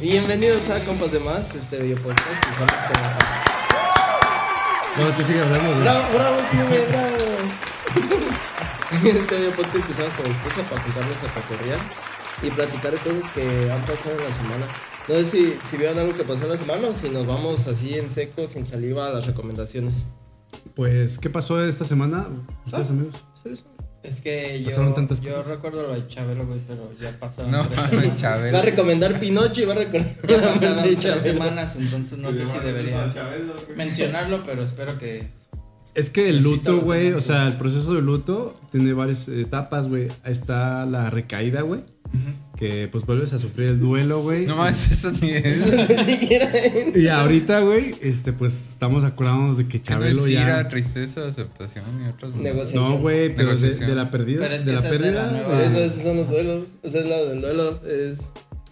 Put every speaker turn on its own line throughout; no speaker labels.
Bienvenidos a Compas de Más, este bello podcast que usamos como...
No, tú sigue hablando, güey.
¡Bravo, bravo, pibe, bravo! este bello podcast que usamos como excusa para contarles a cotorrear y platicar de cosas que han pasado en la semana. No sé si, si vieron algo que pasó en la semana o si nos vamos así en seco, sin saliva, a las recomendaciones.
Pues, ¿qué pasó esta semana?
Ah,
Ustedes, amigos.
Es que
Pasaron
yo,
tantas
yo recuerdo lo de Chabelo, güey, pero ya pasaron
No,
tres
mames,
semanas.
Va a
Chabelo.
recomendar Pinocho y va a recomendar...
Ya pasaron
de
tres
Chabelo.
semanas, entonces no sé si debería mencionarlo, pero espero que...
Es que el
Sí,
luto,
todo
güey,
tenía
o
su-
sea, el proceso de luto tiene varias etapas, güey. Ahí está la recaída, güey. Que pues vuelves a sufrir el duelo, güey.
No mames, eso ni es.
Ni siquiera es.
Y ahorita, güey, este, pues estamos acordándonos de que
Que no es
Chabelo ya.
ira, tristeza, aceptación y otras
Negocio.
No, güey, pero de,
Negociación.
de la pérdida.
Pero es
de
que
la
esa es de
pérdida.
la nueva-
Ah.
güey.
Eso- Esos son los duelos. Esa es la del duelo. Es.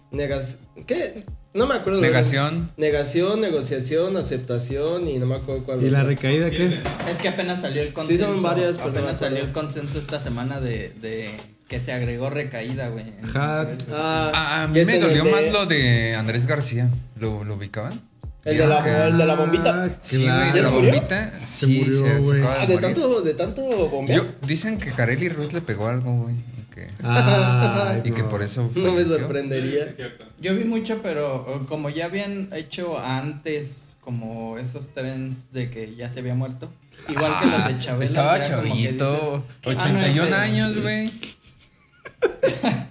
Negas. ¿Qué? No me acuerdo.
Negación.
Negación, negociación, aceptación y no me acuerdo cuál.
¿Y la
otro.
recaída qué?
Es que apenas salió el
Sí,
consenso.
son varias, pero no me
Apenas
acuerdo.
salió el consenso esta semana de, de que se agregó recaída, güey. en-
Ajá.
en-
Ah,
A, a
ya
mí
está
me
en
dolió
el
más
de-
lo de Andrés García. ¿Lo, lo ubicaban?
El de, la,
Vieron
el
que-
de la bombita.
Ah,
Sí, güey,
claro.
de
¿Ya
la
se murió?
bombita. Sí,
murió,
se, se
güey.
acaba de
Ah, de
morir.
tanto, de tanto bombear.
Yo, dicen que Carelli Ruiz le pegó algo, güey. Y que,
Ay,
y que
no.
por eso.
no me
falleció.
sorprendería.
Yo vi mucho, pero eh, como ya habían hecho antes como esos trends de que ya se había muerto. Igual que los
Ah,
de Chabelo.
Estaba
ya como que
chavito.
dices, "Ah, no,
81
este-
años, güey.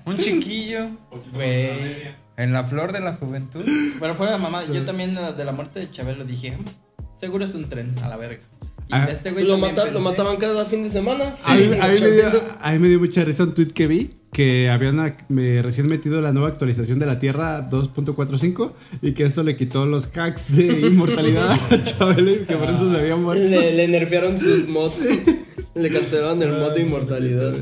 Un chiquillo.
Güey.
En la flor de la juventud.
Pero fuera de mamá, yo también eh, de la muerte de Chabelo dije, "Ah, seguro es un tren, a la verga. Y
Ah.
este güey
Lo,
también
mata- lo
pensé,
mataban cada fin de semana.
A mí, a mí me dio,
Chabelo.
a mí me dio mucha risa un tweet que vi que habían ac- me recién metido la nueva actualización de la Tierra 2.45 y que eso le quitó los hacks de inmortalidad a Chabelo y que por eso se
Ah,
había muerto.
Le, le nerfearon sus mods. Le cancelaron el
Ah,
mod de inmortalidad.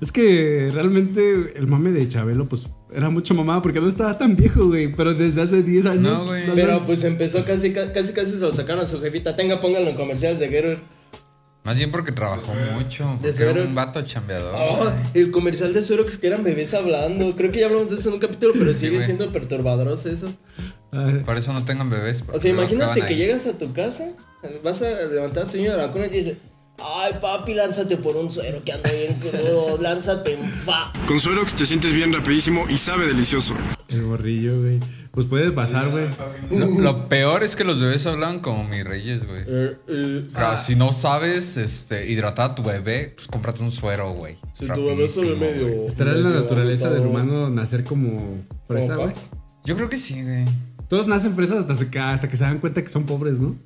Es que realmente el mame de Chabelo pues era mucho mamada porque no estaba tan viejo, güey, pero desde hace 10 años.
No, güey.
no-
Pero pues empezó casi, ca- casi, casi se lo sacaron a su jefita. Tenga, pónganlo en comerciales de Gerber.
Más bien porque trabajó
Pues,
mucho.
De
Porque era
Xerox.
un vato chambeador.
Oh, el comercial de Surox que eran bebés hablando. Creo que ya hablamos de eso en un capítulo, pero sigue
güey.
siendo perturbador eso.
Ay,
Por eso no tengan bebés.
O
porque
sea,
luego
imagínate
acaban
que
ahí.
llegas a tu casa, vas a levantar a tu niño de la cuna y te dice: Ay, papi, lánzate por un suero que ando bien crudo, lánzate en fa.
Con Suerox te sientes bien rapidísimo y sabe delicioso.
el morrillo, güey. Pues puede pasar, güey.
Lo, lo peor es que los bebés hablan como mis reyes, güey.
Eh, eh,
O sea, si no sabes este, hidratar a tu bebé, pues cómprate un suero, güey.
si tu bebé se ve
Rapidísimo, güey.
medio.
Estará en la
medio
naturaleza del
agotado,
humano nacer como
como
fresa, güey.
paps.
Yo creo que sí, güey.
Todos nacen fresas hasta, se ca- hasta que se dan cuenta que son pobres, ¿no?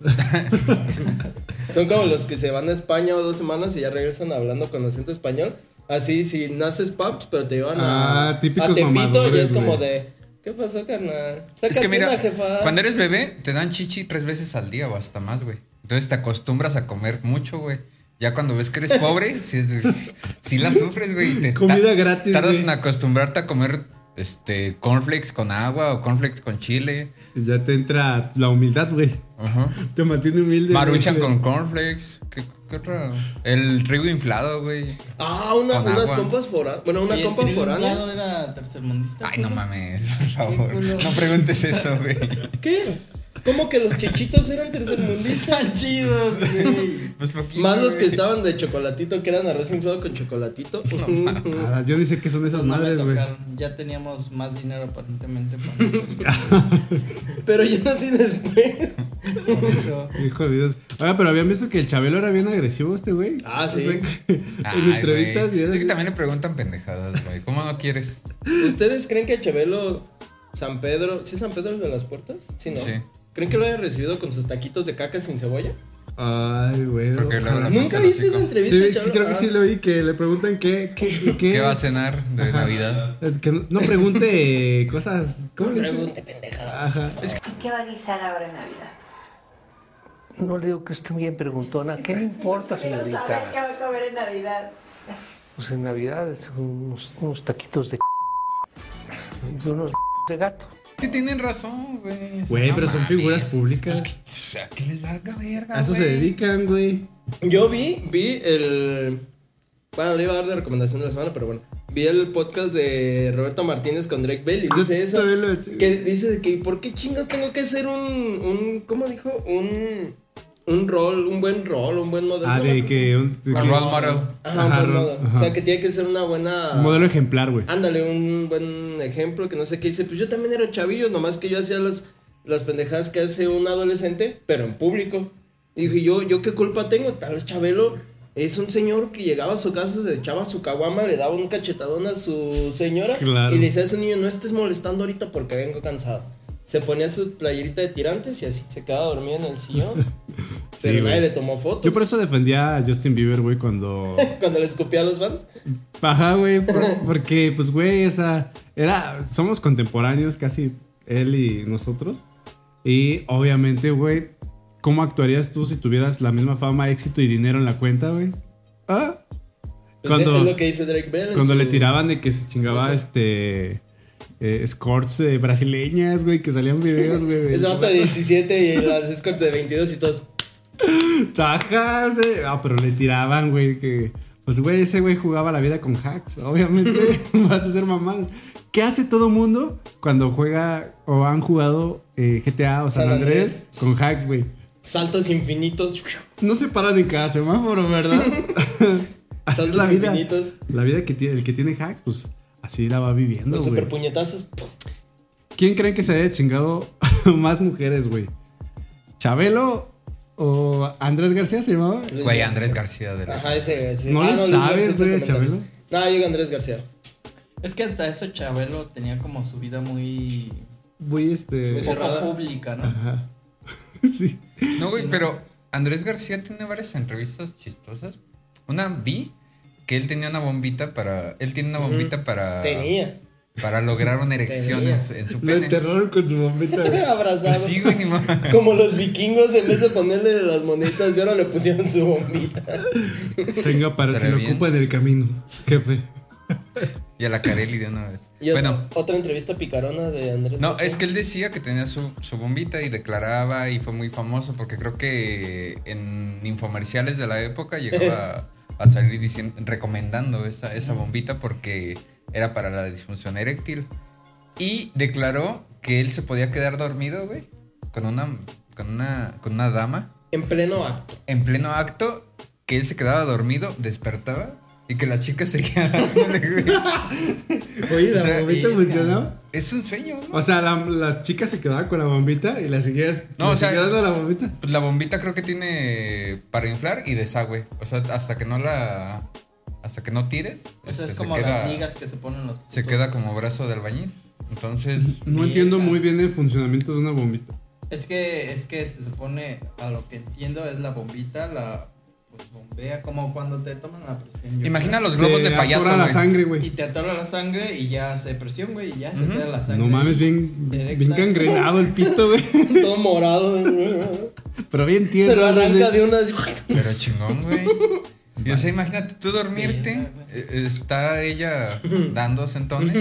Son como los que se van a España o dos semanas y ya regresan hablando con acento español. Así, si naces paps, pero te llevan a,
Ah, típicos
a Tepito y
mamadores,
es como
güey.
de, ¿qué pasó, carnal?
Es que
Sácate
mira,
una, jefa.
cuando eres bebé, te dan chichi tres veces al día o hasta más, güey. Entonces te acostumbras a comer mucho, güey. Ya cuando ves que eres pobre, sí, es- sí la sufres, güey. y te ta-
Comida gratis,
Tardas
güey.
en acostumbrarte a comer este, cornflakes con agua o cornflakes con chile.
Ya te entra la humildad, güey.
Ajá.
Te mantiene humilde. güey. Ah,
Maruchan con cornflakes. ¿Qué, qué otra? El trigo inflado, güey.
Ah, una-
Con
unas
agua.
compas foráneas. Bueno, una
"Oye,
compa
¿el trigo
foránea.
inflado era tercermundista?
Ay, no
güey?"
mames, por favor. No preguntes eso, güey.
¿Qué? ¿Cómo que los chichitos eran tercermundistas?
chidos, güey.
Pues poquito,
Más los
güey.
que estaban de chocolatito, que eran arroz inflado con chocolatito.
Ah, yo dice que son esas
Pues no me
madres, güey.
tocaron. Ya teníamos más dinero aparentemente. para-
Pero yo nací después.
por eso.
Hijo de Dios. Oiga, pero habían visto que el Chabelo era bien agresivo este güey.
Ah,
O sea,
sí.
que
Ay,
en entrevistas
güey.
y era
Es que
así.
también le preguntan pendejadas, güey. ¿Cómo no quieres?
¿Ustedes creen que Chabelo, San Pedro, ¿sí es San Pedro el de las puertas? Sí, ¿no?
Sí.
¿Creen que lo haya recibido con sus taquitos de caca sin cebolla?
Ay, güey.
Porque luego
ojalá.
la-
¿Nunca
el
viste
hocico.
esa entrevista,
Sí, sí,
Chabelo?
creo que
Ah,
sí lo vi, que le preguntan qué, qué, qué,
¿Qué va a cenar de Navidad?
Eh, Que no pregunte eh, cosas. ¿Cómo le dicen?
Pregunte, pendeja.
Ajá.
¿Qué va a guisar ahora en Navidad?
No le digo que esté bien preguntona. ¿Qué le importa,
Quiero saber qué
señorita?
va a comer en Navidad.
Pues en Navidad es unos, unos taquitos de y unos de gato.
¿Qué que tienen razón, güey. O sea,
Güey,
no
pero son
mames.
figuras públicas.
Pues que, o sea, que les valga verga,
A eso se
güey.
dedican, güey.
Yo vi, vi el. Bueno, le iba a dar de recomendación de la semana, pero bueno. Vi el podcast de Roberto Martínez con Drake Bell y
Yo
dice eso.
también lo-
Que dice de que ¿por qué chingas tengo que ser un. un ¿Cómo dijo? Un. Un rol, un buen rol, un buen modelo.
Ah, de
¿no?
que un, de
Un
que-
role model.
Ajá, un
Ajá,
buen
rol,
modelo. O
ajá.
sea, que tiene que ser una buena.
un modelo ejemplar, güey.
Ándale, un buen ejemplo que no sé qué dice. Pues yo también era chavillo, nomás que yo hacía las, las pendejadas que hace un adolescente, pero en público. Y dije, yo, ¿yo qué culpa tengo? Tal vez Chabelo es un señor que llegaba a su casa, se echaba su caguama, le daba un cachetadón a su señora
Claro.
y le decía a ese niño, no estés molestando ahorita porque vengo cansado. Se ponía su playerita de tirantes y así se quedaba dormido en el sillón. pero
güey.
nadie le tomó fotos.
Yo por eso defendía a Justin Bieber, güey, cuando.
Cuando le escupía a los fans.
Ajá, güey, por- porque, pues, güey, esa. Era. Somos contemporáneos casi, él y nosotros. Y obviamente, güey, ¿cómo actuarías tú si tuvieras la misma fama, éxito y dinero en la cuenta, güey? Ah.
Pues
Cuando-
es lo que dice Drake Bell. en
Cuando
su-
le tiraban de que se chingaba
cosa.
este. eh, escorts eh, brasileñas, güey, que salían videos, güey. de-
Es vato de 17 y las escorts de 22 y todos.
Tajas, eh. Ah, pero le tiraban, güey, que. Pues, güey, ese güey jugaba la vida con hacks. Obviamente vas a ser mamada. ¿Qué hace todo mundo cuando juega o han jugado eh, GTA o San,
San
Andrés,
Andrés.
con hacks, güey?
Saltos infinitos.
No se paran en cada semáforo, ¿verdad? así es
Saltos
la vida.
infinitos.
La vida que tiene, el que tiene hacks, pues así la va viviendo,
Los
güey.
super puñetazos.
¿Quién creen que se haya chingado más mujeres, güey? ¿Chabelo o Andrés García se llamaba?
Güey, Andrés García de la.
Ajá, ese. ese. Ah,
¿No le
Luis
sabes,
García es el
güey, a
comentarista. No, yo digo Andrés García.
Es que hasta eso Chabelo tenía como su vida muy
Voy este.
Muy
poco
cerrada.
pública, ¿no?
Ajá. sí.
No, güey, pero Andrés García tiene varias entrevistas chistosas. Una vi que él tenía una bombita para. Él tiene una bombita para.
Tenía.
Para lograr una erección en su, en su
Lo
pene.
enterraron con su bombita. güey.
Abrazado.
Pues sí, güey, ni más.
Como los vikingos, en vez de ponerle las moneditas de oro, le pusieron su bombita.
Tenga para si
Estaría
lo
bien.
ocupa en el camino. Jefe.
Y a la Carelli de una vez.
Y otra-
Bueno,
otra entrevista picarona de Andrés
no,
García.
es que él decía que tenía su, su bombita y declaraba y fue muy famoso porque creo que en infomerciales de la época llegaba a, a salir diciendo, recomendando esa, esa bombita porque era para la disfunción eréctil. Y declaró que él se podía quedar dormido, güey, con una, con una, con una dama
En pleno acto.
en pleno acto que él se quedaba dormido, despertaba y que la chica seguía dándole, güey.
Oye,
la
¿la
O sea,
bombita
bombita
funcionó?
Es un sueño, ¿no?
O sea, la, la chica se quedaba con la bombita y la seguías.
No,
le
o sea-
seguías dando la bombita.
Pues la bombita creo que tiene para inflar y desagüe. O sea, hasta que no la. Hasta que no tires.
Eso
este,
es como
se queda,
las ligas que se ponen los
Se
putos.
queda como brazo de albañil. Entonces.
No
Mierda.
entiendo muy bien el funcionamiento de una bombita.
Es que es que se supone a lo que entiendo es la bombita la pues bombea como cuando te toman la presión. yo
Imagina
creo.
los globos
Te
de payaso.
atora la
güey.
sangre,
y
güey.
te atora la sangre y ya hace presión, güey, y ya se
Ujú.
queda la sangre.
No mames, bien,
Directa.
bien cangrenado el pito, güey.
Todo morado.
Pero bien tieso.
Se lo
güey,
arranca
sí.
de unas.
Pero chingón, güey. Y, o sea, imagínate tú dormirte. eh, eh, Está ella dando sentones.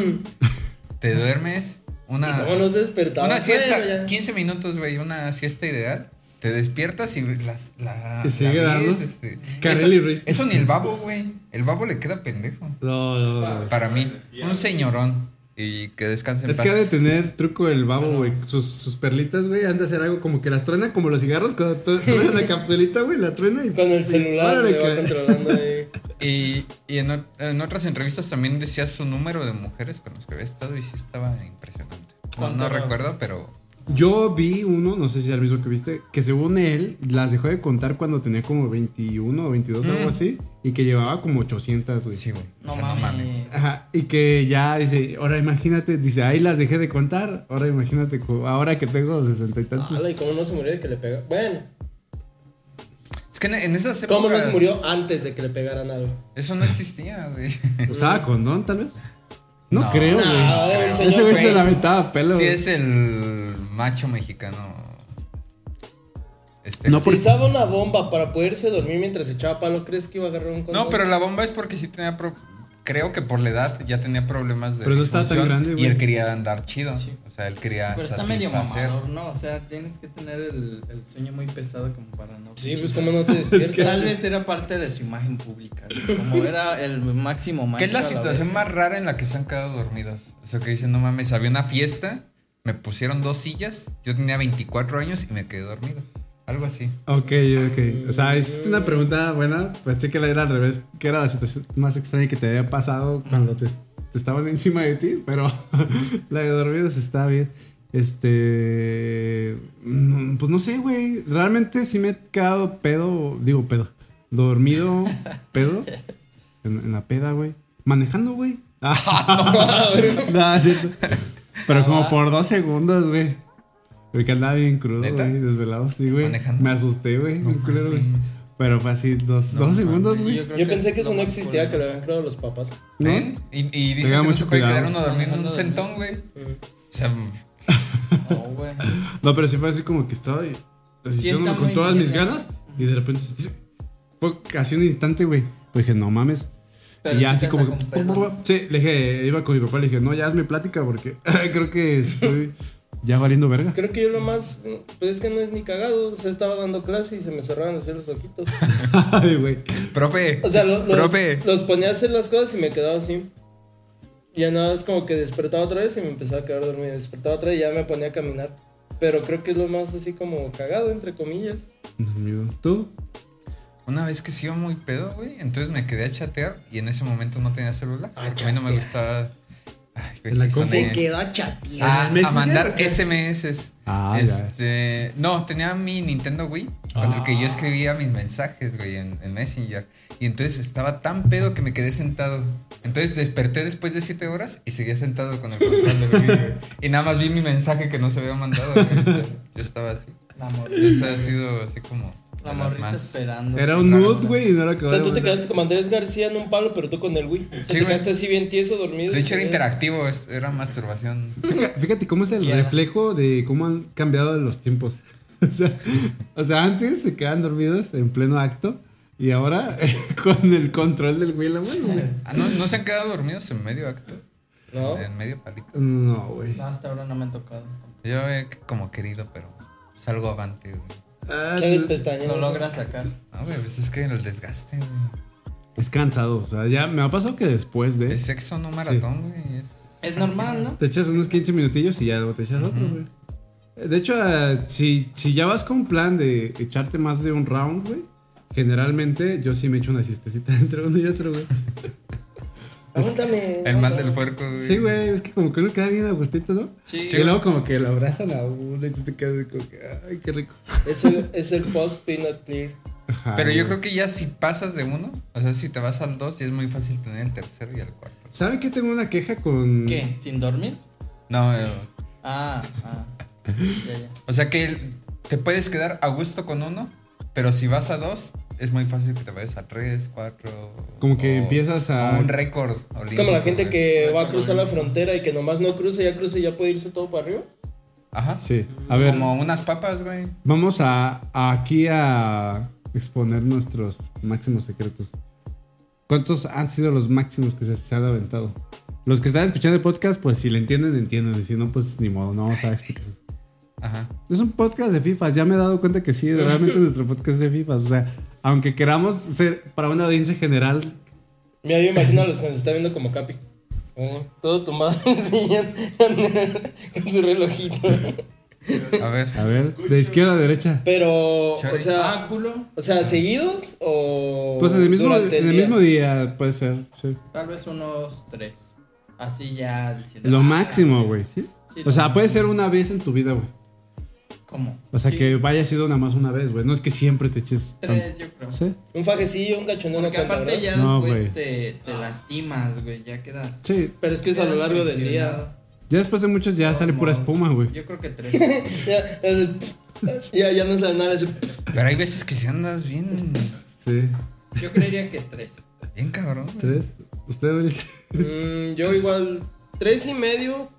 Te duermes. Una.
¿Cómo nos despertamos?
Ah. Una siesta,
Ah, Bueno, ya.
15 minutos, güey, una siesta ideal. Te despiertas y las, la.
Y sigue
la
dando.
este,
Carelli
eso,
Ruiz.
eso ni el babo, güey. El babo le queda pendejo.
No, no, no.
Para mí, un señorón. Y que descanse en
Es
paz.
que ha de tener truco el babo, güey. Sus, sus perlitas, güey, han de hacer algo como que las truena como los cigarros. Cuando tu- truena la capsulita, güey, la truena y.
Con el celular
Órale,
le va
que-
controlando ahí.
Y, y en, ot- en otras entrevistas también decías su número de mujeres con las que había estado y sí estaba impresionante. No,
¿Cuánto
no
era?
recuerdo, pero.
Yo vi uno, no sé si es el mismo que viste, que según él las dejó de contar cuando tenía como 21 o 22 o algo
Mm.
así. Y que llevaba como 800, güey.
Sí, güey.
No,
o sea,
mames.
Ajá, y que ya dice, ahora imagínate, dice, ahí las dejé de contar, ahora imagínate, cu- ahora que tengo sesenta y tantos.
Ala, y cómo no se murió de que le pegó. Bueno,
Es que en, en esas épocas.
cómo no se murió antes de que le pegaran algo.
Eso no existía, güey.
¿Usaba condón, tal vez? No,
No,
creo, güey.
No,
creo.
el
Ese
señor
güey se
Pérez.
la aventaba pelo.
Si
güey.
es el macho mexicano. Este,
No,
sí.
por-
Utilizaba una bomba para poderse dormir mientras echaba palo. ¿Crees que iba a agarrar un condón?
No, pero la bomba es porque sí tenía pro- creo que por la edad ya tenía problemas de
Pero no estaba tan
disfunción
grande, güey.
y él quería andar chido. O sea, él quería
Pero está medio
satisfacer.
mamador, ¿no? O sea, tienes que tener el, el sueño muy pesado como para no.
Sí, pues como no te despiertas.
Tal vez era parte de su imagen pública, güey, como era el máximo
¿Qué es la
maestro a
situación
verga.
más rara en la que se han quedado dormidos? O sea, que dicen, no mames, había una fiesta, me pusieron dos sillas, yo tenía 24 años y me quedé dormido. Algo así.
Ok, ok. O sea, hiciste una pregunta buena. Pensé que la era al revés. ¿Qué era la situación más extraña que te había pasado cuando te, te estaban encima de ti? Pero la de dormidos está bien. Este. mm, Pues no sé, güey. Realmente sí me he quedado pedo. Digo, pedo. Dormido, pedo. En, en la peda, güey. Manejando, güey. Ah, no, es cierto. Pero como por dos segundos, güey. Porque andaba bien crudo,
¿Neta?
güey. Desvelado, sí, güey.
¿Manejando?
Me asusté, güey. un culero, güey.
mames.
Pero fue así dos, dos segundos, güey.
creo
Yo pensé
es
que eso
lo
no
más
existía,
cool.
que lo habían creado los papás.
¿Ven? ¿Eh? Y, y dicen
Tenga
que no
mucho
se puede
cuidado.
quedar uno dormido en un
Manejando
centón, güey. O sea,
No, güey.
No, pero sí fue así como que estaba eh, resistiéndome
está
con
muy
todas mis
mierda.
ganas. Y de repente sentí- fue casi un instante, güey. Pues dije, no mames.
Pero
y ya
sí
así
te
como que.
saca un pedo, ¿no?
Sí, le dije, iba con mi papá, le dije, no, ya hazme plática porque creo que estoy ya valiendo verga.
Creo que yo lo más. Pues es que no es ni cagado. O sea, estaba dando clase y se me cerraban así los ojitos.
Ay, güey.
profe,
O sea, lo- los,
profe.
los ponía a hacer las cosas y me quedaba así. Ya nada, es como que despertaba otra vez y me empezaba a quedar dormido. Despertaba otra vez y ya me ponía a caminar. Pero creo que es lo más así como cagado, entre comillas.
Amigo, ¿Tú?
Una vez que sí iba muy pedo, güey, entonces me quedé a chatear y en ese momento no tenía celular.
Ah,
porque a mí no me gustaba. Ay, güey,
En la
sí
compu.
soné- Ah,
Quedó chateado.
a,
¿Messenger
a
o
mandar
qué?
SMS.
Ah, ya.
Este, no, tenía mi Nintendo Wii con el
Ah.
que yo escribía mis mensajes, güey, en, en Messenger. Y entonces estaba tan pedo que me quedé sentado. Entonces desperté después de siete horas y seguía sentado con el control del Wii, güey. Y nada más vi mi mensaje que no se había mandado, güey. Yo estaba así.
La morrita.
Eso ha sido así como. de
La
las
morrita
más-
esperando.
Era
sí,
un
claro, o
nude,
sea,
güey, y no lo
O
acababa
sea,
de
tú te
mandar.
quedaste como Andrés García en un palo, pero tú con el Wii. O sea,
Sí,
te
güey.
quedaste así bien tieso, dormido.
De hecho era
Sí.
interactivo, es- era masturbación.
Fíjate- Fíjate cómo es el
Quiero.
reflejo de cómo han cambiado los tiempos. O sea, o sea, antes se quedaban dormidos en pleno acto y ahora con el control del güey en la mano, güey.
Ah, ¿no, ¿No se han quedado dormidos en medio acto?
No.
En medio palito.
No, güey.
No, hasta ahora no me han tocado.
Yo eh, como querido, pero salgo avante, güey.
Ah,
Sales pestañas.
Lo logra sacar.
No, güey, pues es que el desgaste, güey.
es cansado, o sea, ya me ha pasado que después de...
Es sexo, no maratón, güey. es-
Es normal, ¿no?
Te echas unos 15 minutillos y ya luego te echas otro, güey. De hecho, eh, si, si ya vas con plan de echarte más de un round, güey, generalmente yo sí me echo una siestecita entre uno y otro, güey.
Aguántame.
El mal del puerco, güey.
Sí, güey, es que como que uno queda bien agustito, ¿no?
Sí.
Y luego como que lo abrazan a uno y tú te quedas como que, ay, qué rico.
Es el, es el post peanut clear.
Pero yo creo que ya si pasas de uno, o sea, si te vas al dos, ya es muy fácil tener el tercero y el cuarto.
¿Saben que tengo una queja con...
¿Qué? ¿Sin dormir?
No, eh,
Ah, ah. Ya, ya.
o sea que el- te puedes quedar a gusto con uno, pero si vas a dos, es muy fácil que te vayas a tres, cuatro.
Como que
o-
empiezas a-
o Un récord.
Es como la gente que va a cruzar la frontera y que nomás no cruza, ya cruza y ya puede irse todo para arriba.
Ajá.
Sí, a ver,
Como unas papas, güey.
vamos a, a aquí a exponer nuestros máximos secretos. ¿Cuántos han sido los máximos que se, se han aventado? Los que están escuchando el podcast, pues si le entienden, entienden. Y si no, pues ni modo, no vamos a explicar.
Ajá.
Es un podcast de FIFA, ya me he dado cuenta que sí, realmente nuestro podcast es de FIFA. O sea, aunque queramos ser para una audiencia general,
Mira, yo imagino a los que nos está viendo como Capi. Eh, todo tumbado así, con su relojito.
A ver.
a ver, de izquierda a derecha.
Pero, o
Chale.
sea,
Áculo,
o sea, ¿seguidos o
Pues en el mismo,
durante
en el
día?
mismo día puede ser, sí.
tal vez unos tres. Así ya diciendo.
Lo
ah,
máximo, güey, ¿sí?
Sí,
O
lo
sea, puede
máximo.
ser una vez en tu vida, güey.
¿Cómo?
O sea,
Sí,
que vaya sido nada más una vez, güey. No es que siempre te eches. tan-
Tres, yo creo.
¿Sí?
Un fajecillo, un cachondeo no
Porque
cuenta,
aparte
¿verdad?
ya
No, güey.
después te, te
Ah.
lastimas, güey. Ya quedas.
Sí.
Pero es que es a lo largo del día.
Ya después de muchos ya
No,
sale pura
no.
espuma, güey.
Yo creo que tres.
Ya, es el- ya, ya no sale nada. es el-
Pero hay veces que si andas bien,
Sí.
Yo creería que tres.
bien cabrón. güey.
Tres. Usted, güey.
Mm, yo igual, tres y medio,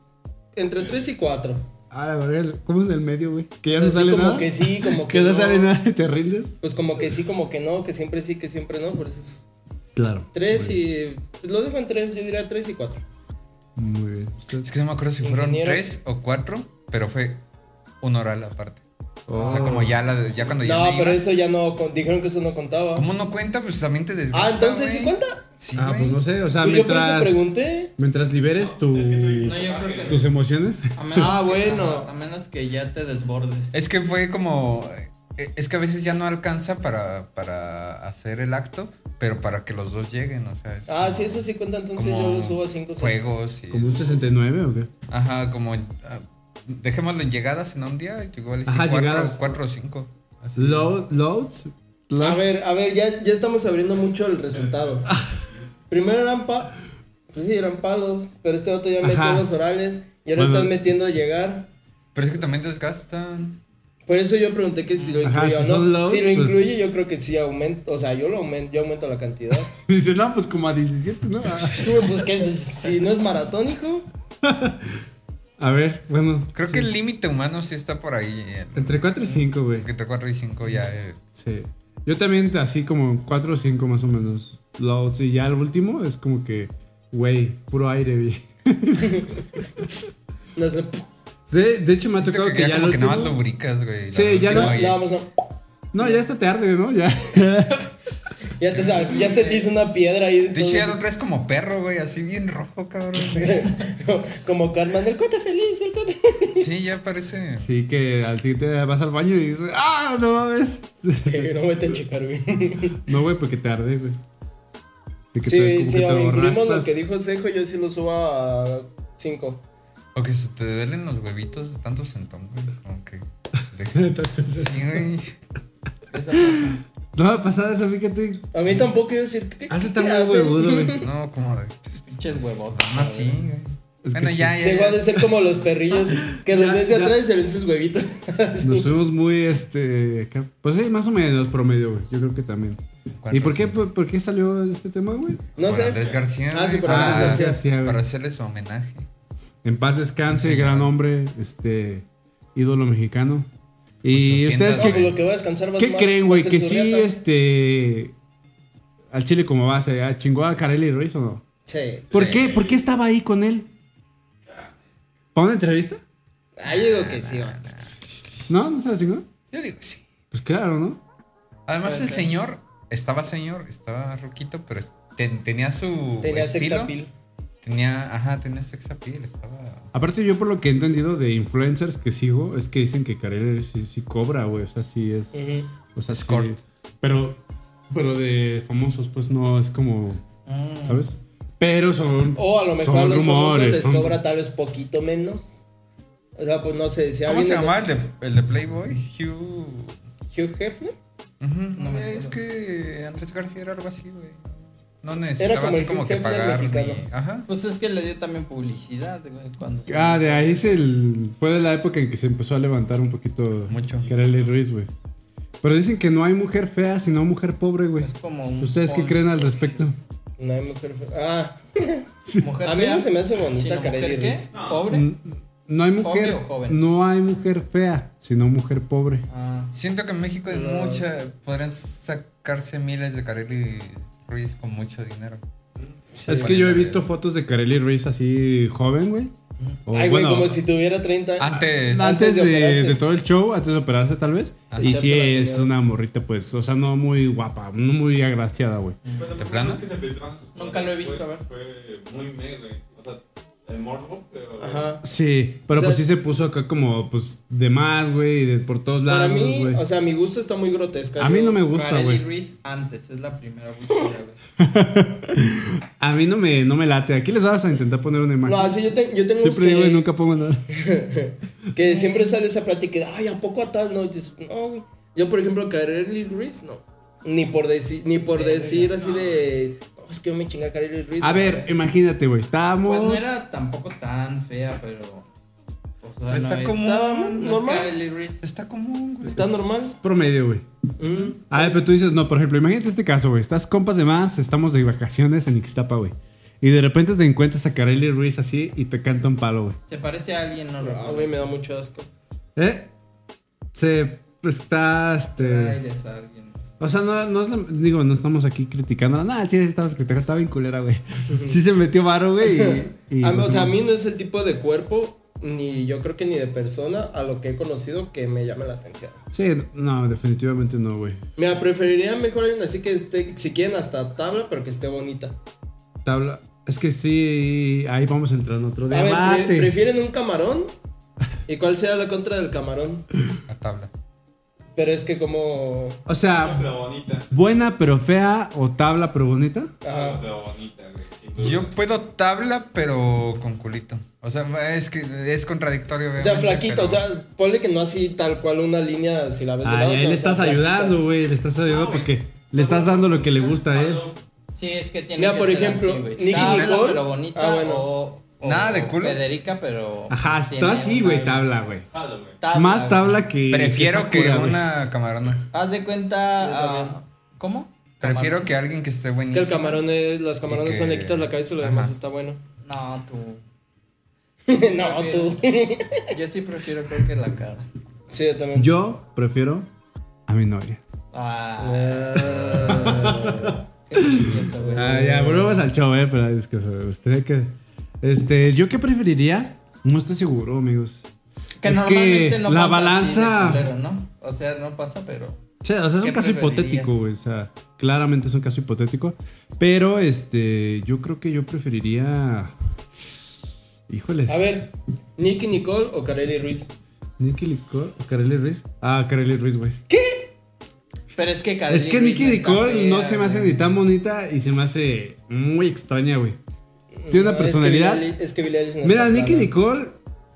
entre tres y cuatro.
Ah, la verga, ¿Cómo es el medio, güey? Que ya
O sea,
no
sí,
sale
como
nada.
que sí, como que
no
no.
sale nada y te rindes.
Pues como que sí, como que no, que siempre sí, que siempre no, por eso es
Claro.
Tres y. pues, lo dejo en tres, yo diría tres y cuatro.
Muy bien.
Es que no me acuerdo si fueron
Ingeniero.
tres o cuatro, pero fue un oral aparte. O
Oh.
sea, como ya, la, de- ya cuando ya
No,
me
pero
iba.
eso ya no. con- Dijeron que eso no contaba.
¿Cómo no cuenta? Pues también te desgasta,
Ah, entonces
güey.
sí cuenta.
Sí,
ah, pues
güey.
no sé, o sea,
Pues yo por eso
mientras,
pregunté.
mientras liberes tu,
No, yo creo que no.
tus emociones.
A menos
Ah,
que-
bueno.
ajá, A menos que ya te desbordes.
Es que fue como... eh, Es que a veces ya no alcanza para, para hacer el acto, pero para que los dos lleguen, o sea... es
Ah,
como-
sí, eso sí cuenta. Entonces
como
yo lo subo a cinco. seis.
Juegos y...
¿Como un 69 o qué?
Ajá, como... ah, Dejémoslo en llegadas en un día, igual y sí,
Ajá,
cuatro,
llegadas.
cuatro o cinco. Así.
Load, loads.
A
loads.
ver, a ver, ya, ya estamos abriendo mucho el resultado.
Ah.
Primero eran pa. Pues sí, eran palos. Pero este otro ya metió
Ajá.
los orales. Y ahora
Bueno.
están metiendo a llegar.
Pero es que también desgastan.
Por eso yo pregunté que si lo
Ajá,
incluye o
si
no.
son loads,
si lo
pues-
incluye, yo creo que sí aumento. O sea, yo lo aumento, yo aumento la cantidad.
Dice, no, pues como a 17, ¿no? Ah.
Tú, pues, ¿qué? Pues, si no es maratónico.
A ver, bueno.
Creo
sí.
que el límite humano sí está por ahí. en-
Entre 4 y 5, güey.
entre 4 y 5 ya. eh.
Sí. Yo también así como 4 o 5 más o menos. Loads. Y ya el último es como que, güey, puro aire, güey.
No sé.
Sí, de hecho me ha
Siento
tocado
que,
que,
ya,
ya
como
lo
que nada más lubricas, güey.
Sí,
la
ya
No,
última y-
nada más no.
No, ya está tarde, ¿no? Ya.
Ya te sabes, ya se te hizo una piedra ahí.
De hecho, ya lo
todo-
traes como perro, güey, así bien rojo, cabrón. güey.
Como Carmen, el cote feliz, el cote feliz.
Sí, ya parece.
Así que al siguiente día vas al baño y dices, ¡ah, no mames!
Que no vete a checar, güey.
No, güey, porque tarde, güey. De que te-
Sí,
como
sí,
que te
incluimos lo
raspas.
que dijo Sejo, yo sí lo subo a 5.
O que se te duelen los huevitos de tanto sentón, güey. Como que. de- Sí, güey.
No me ha pasado eso, fíjate.
A mí tampoco quiero decir que.
Has estado Ah, muy huevudo, güey.
No, como de. pues,
Pinches
Ah,
huevotas.
Más así, güey.
Es que
Bueno,
sí.
ya, ya.
Sejo ha de
ya.
ser como los perrillos que los
Ya,
ves de
ya.
atrás y se ven sus huevitos.
Nos fuimos muy, este... acá. Pues sí, más o menos promedio, güey. Yo creo que también. ¿Y
Cuatro,
por qué,
cinco.
por, por qué salió este tema, güey?
No
Por
sé.
Andrés García.
Ah, sí, por
güey,
Andrés
para-
García.
sí, a ver.
Para hacerle su homenaje.
En paz descanse, gran hombre, este... Ídolo mexicano. Y
800,
ustedes,
No,
¿qué,
pues lo que va a descansar va
¿Qué
más-
creen,
va a
güey?
ser
Que
su
sí,
riata.
este. Al Chile como base, ¿ah? ¿Chingó a Carelli Ruiz o no?
Sí.
¿Por
Sí.
qué? ¿Por qué estaba ahí con él? ¿Para una entrevista?
Ah, yo digo que sí, va.
¿No? ¿No se la chingó?
Yo digo, sí.
Pues claro, ¿no?
Además, el señor estaba señor, estaba roquito, pero es- ten- tenía su.
Tenía sex
estilo.
appeal.
Tenía, ajá, tenía sex appeal, estaba.
Aparte, yo por lo que he entendido de influencers que sigo, es que dicen que Carelli sí, sí cobra, güey. O sea, sí es.
Eh,
Ujú.
O sea, sí-
Escort.
Pero. Pero de famosos, pues no es como.
Mm.
¿Sabes? Pero son.
O a lo mejor
son
a los famosos les
son-
cobra tal vez poquito menos. O sea, pues no sé, si
¿Cómo
alguien
se
de-
llamaba el de, el de Playboy? Hugh.
Hugh Hefner.
Ujú,
me
eh, es
acuerdo.
que Andrés García era algo así, güey. No necesitaba
como
así
el
como
Hugh
que
Hefner
pagar. ni-
mexicano.
Ajá.
Pues es que le dio también publicidad, güey. Cuando se-
Ah, de ahí es el. Fue de la época en que se empezó a levantar un poquito.
Mucho.
Kareli Ruiz, güey. Pero dicen que no hay mujer fea, sino mujer pobre, güey.
Es como un
¿Ustedes qué
pon-
creen al respecto?
No hay mujer. fe- Ah,
Mujer
a mí
fea,
no se me hace
sino
bonita
mujer
Carelli
qué?
Ruiz.
¿Pobre?
Mm. No hay
¿Eh? ¿Pobre
mujer.
o joven?
No hay mujer fea, sino mujer pobre.
Ah,
Siento que en México hay mucha. Podrían sacarse miles de Carelli Ruiz con mucho dinero.
es que yo he visto fotos de Kareli Ruiz así joven, güey. O,
Ay, güey,
bueno,
como si tuviera 30 años.
Antes.
Ah,
Antes
antes de
de,
operarse.
de todo el show, antes de operarse tal vez. Y
Echarse
si
la
es
tenía.
una morrita, pues, o sea, no muy guapa, no muy agraciada, güey.
¿De plano?
Nunca lo he visto, a ver.
Fue muy me, güey. O sea, el morbo, pero.
Ajá.
Sí,
O
pero
sea,
pues sí se puso acá como, pues, de más, güey, y de por todos
Para
lados,
mí,
güey.
o sea, mi gusto está muy grotesca.
a mí
Yo-
no me gusta,
Carelli
güey.
Ruiz antes, es la primera búsqueda, güey.
A mí no me, no me late. Aquí les vas a intentar poner una imagen.
No, así yo, te- yo tengo
Siempre
unos
digo
que,
y nunca pongo nada.
que siempre sale esa plática de, ay, ¿a poco a tal? No, y dices, no, güey. Yo, por ejemplo, Carelli Ruiz, no. Ni por, decir ni por decir así de, no, es que yo me chinga Carelli Ruiz.
A
no,
ver, eh,
güey.
imagínate, güey. Estamos.
Pues no era tampoco tan fea, pero. O sea,
Está
no es-
común,
estaba- no es
normal.
Carelli Ruiz.
Está común, güey.
Está normal.
Es promedio, güey.
Mm.
A ver, pero tú dices, no, por ejemplo, imagínate este caso, güey. Estás compas de más, estamos de vacaciones en Ixtapa, güey. Y de repente te encuentras a Kareli Ruiz así y te canta un palo, güey.
Se parece a alguien, no
Ah,
recuerdo.
güey, me da mucho asco.
¿Eh? Se. Está, este.
Ay, de esa alguien.
O sea, no, no es la- digo, no estamos aquí criticando. Nada, sí, sí estamos criticando. Estaba bien culera, güey. Sí se metió varo, güey. y- y,
A mí- o
pues,
sea, a
no.
mí Ah, no es el tipo de cuerpo, ni yo creo que ni de persona a lo que he conocido que me llame la atención.
Sí, no, definitivamente no, güey.
Mira, preferiría mejor alguien así que esté, si quieren, hasta tabla, pero que esté bonita.
Tabla. Es que sí, ahí vamos a entrar en otro
A ver, pre-
debate.
¿prefieren un camarón? ¿Y cuál será la contra del camarón?
La tabla.
Pero es que como...
o sea,
Pero bonita.
buena pero fea o tabla pero bonita.
Ah,
Ajá.
Pero bonita, güey. sin duda.
Yo puedo tabla, pero con culito. O sea, es que es contradictorio.
O sea,
obviamente,
flaquito,
pero-
o sea, ponle que no así tal cual una línea si
Pues
la ves de
Ay,
lado, o sea,
ahí Ah, le
o sea,
estás
flaquita.
ayudando, güey. Le estás
Ah,
ayudando porque le estás dando lo que le gusta a él.
Sí, es que tiene
Mira,
que
por
ser
ejemplo,
así, güey.
Nicki
Tabla,
Nicole.
pero bonita
Ah, bueno.
o, o
Nada de culo.
Federica, pero...
Ajá,
pues, tiene
está así,
una-
güey, tabla, güey.
Jalo, güey.
Más tabla que.
güey.
Prefiero que
Sakura, güey.
una camarona.
Haz de cuenta... ah, ¿Cómo?
Prefiero
Camarón.
que alguien que esté
Es
buenísimo.
que el camarón es, las camarones
que-
son le quitas la cabeza y lo
Ajá.
demás está bueno.
No, tú.
no, tú.
Yo sí prefiero creo que la cara.
sí, yo también.
Yo prefiero a mi novia.
Ah,
Ah.
qué delicioso, güey.
Ah, ya, volvemos al show, eh, pero es que usted que. Este, ¿yo qué preferiría? No estoy seguro, amigos.
Que
es
normalmente
que
no
la
pasa así de
balanza.
culero, ¿no? O sea, no pasa, pero...
O sea, o sea, es un
¿Qué
caso
preferirías?
hipotético, güey. O sea, claramente es un caso hipotético. Pero, este, yo creo que yo preferiría. Híjole.
A ver, Nicky Nicole o Kareli Ruiz.
¿Nicky Nicole o Kareli Ruiz? Ah, Kareli Ruiz, güey.
Pero es que Kareli
Es que
Ruiz
Nicky
está
Nicole
fea,
no se me hace
güey.
ni tan bonita y se me hace muy extraña, güey. Tiene una
No,
personalidad.
Es que Billie Eilish- es que Billie Eilish no
Mira,
está
Nicky
plana.
Nicole.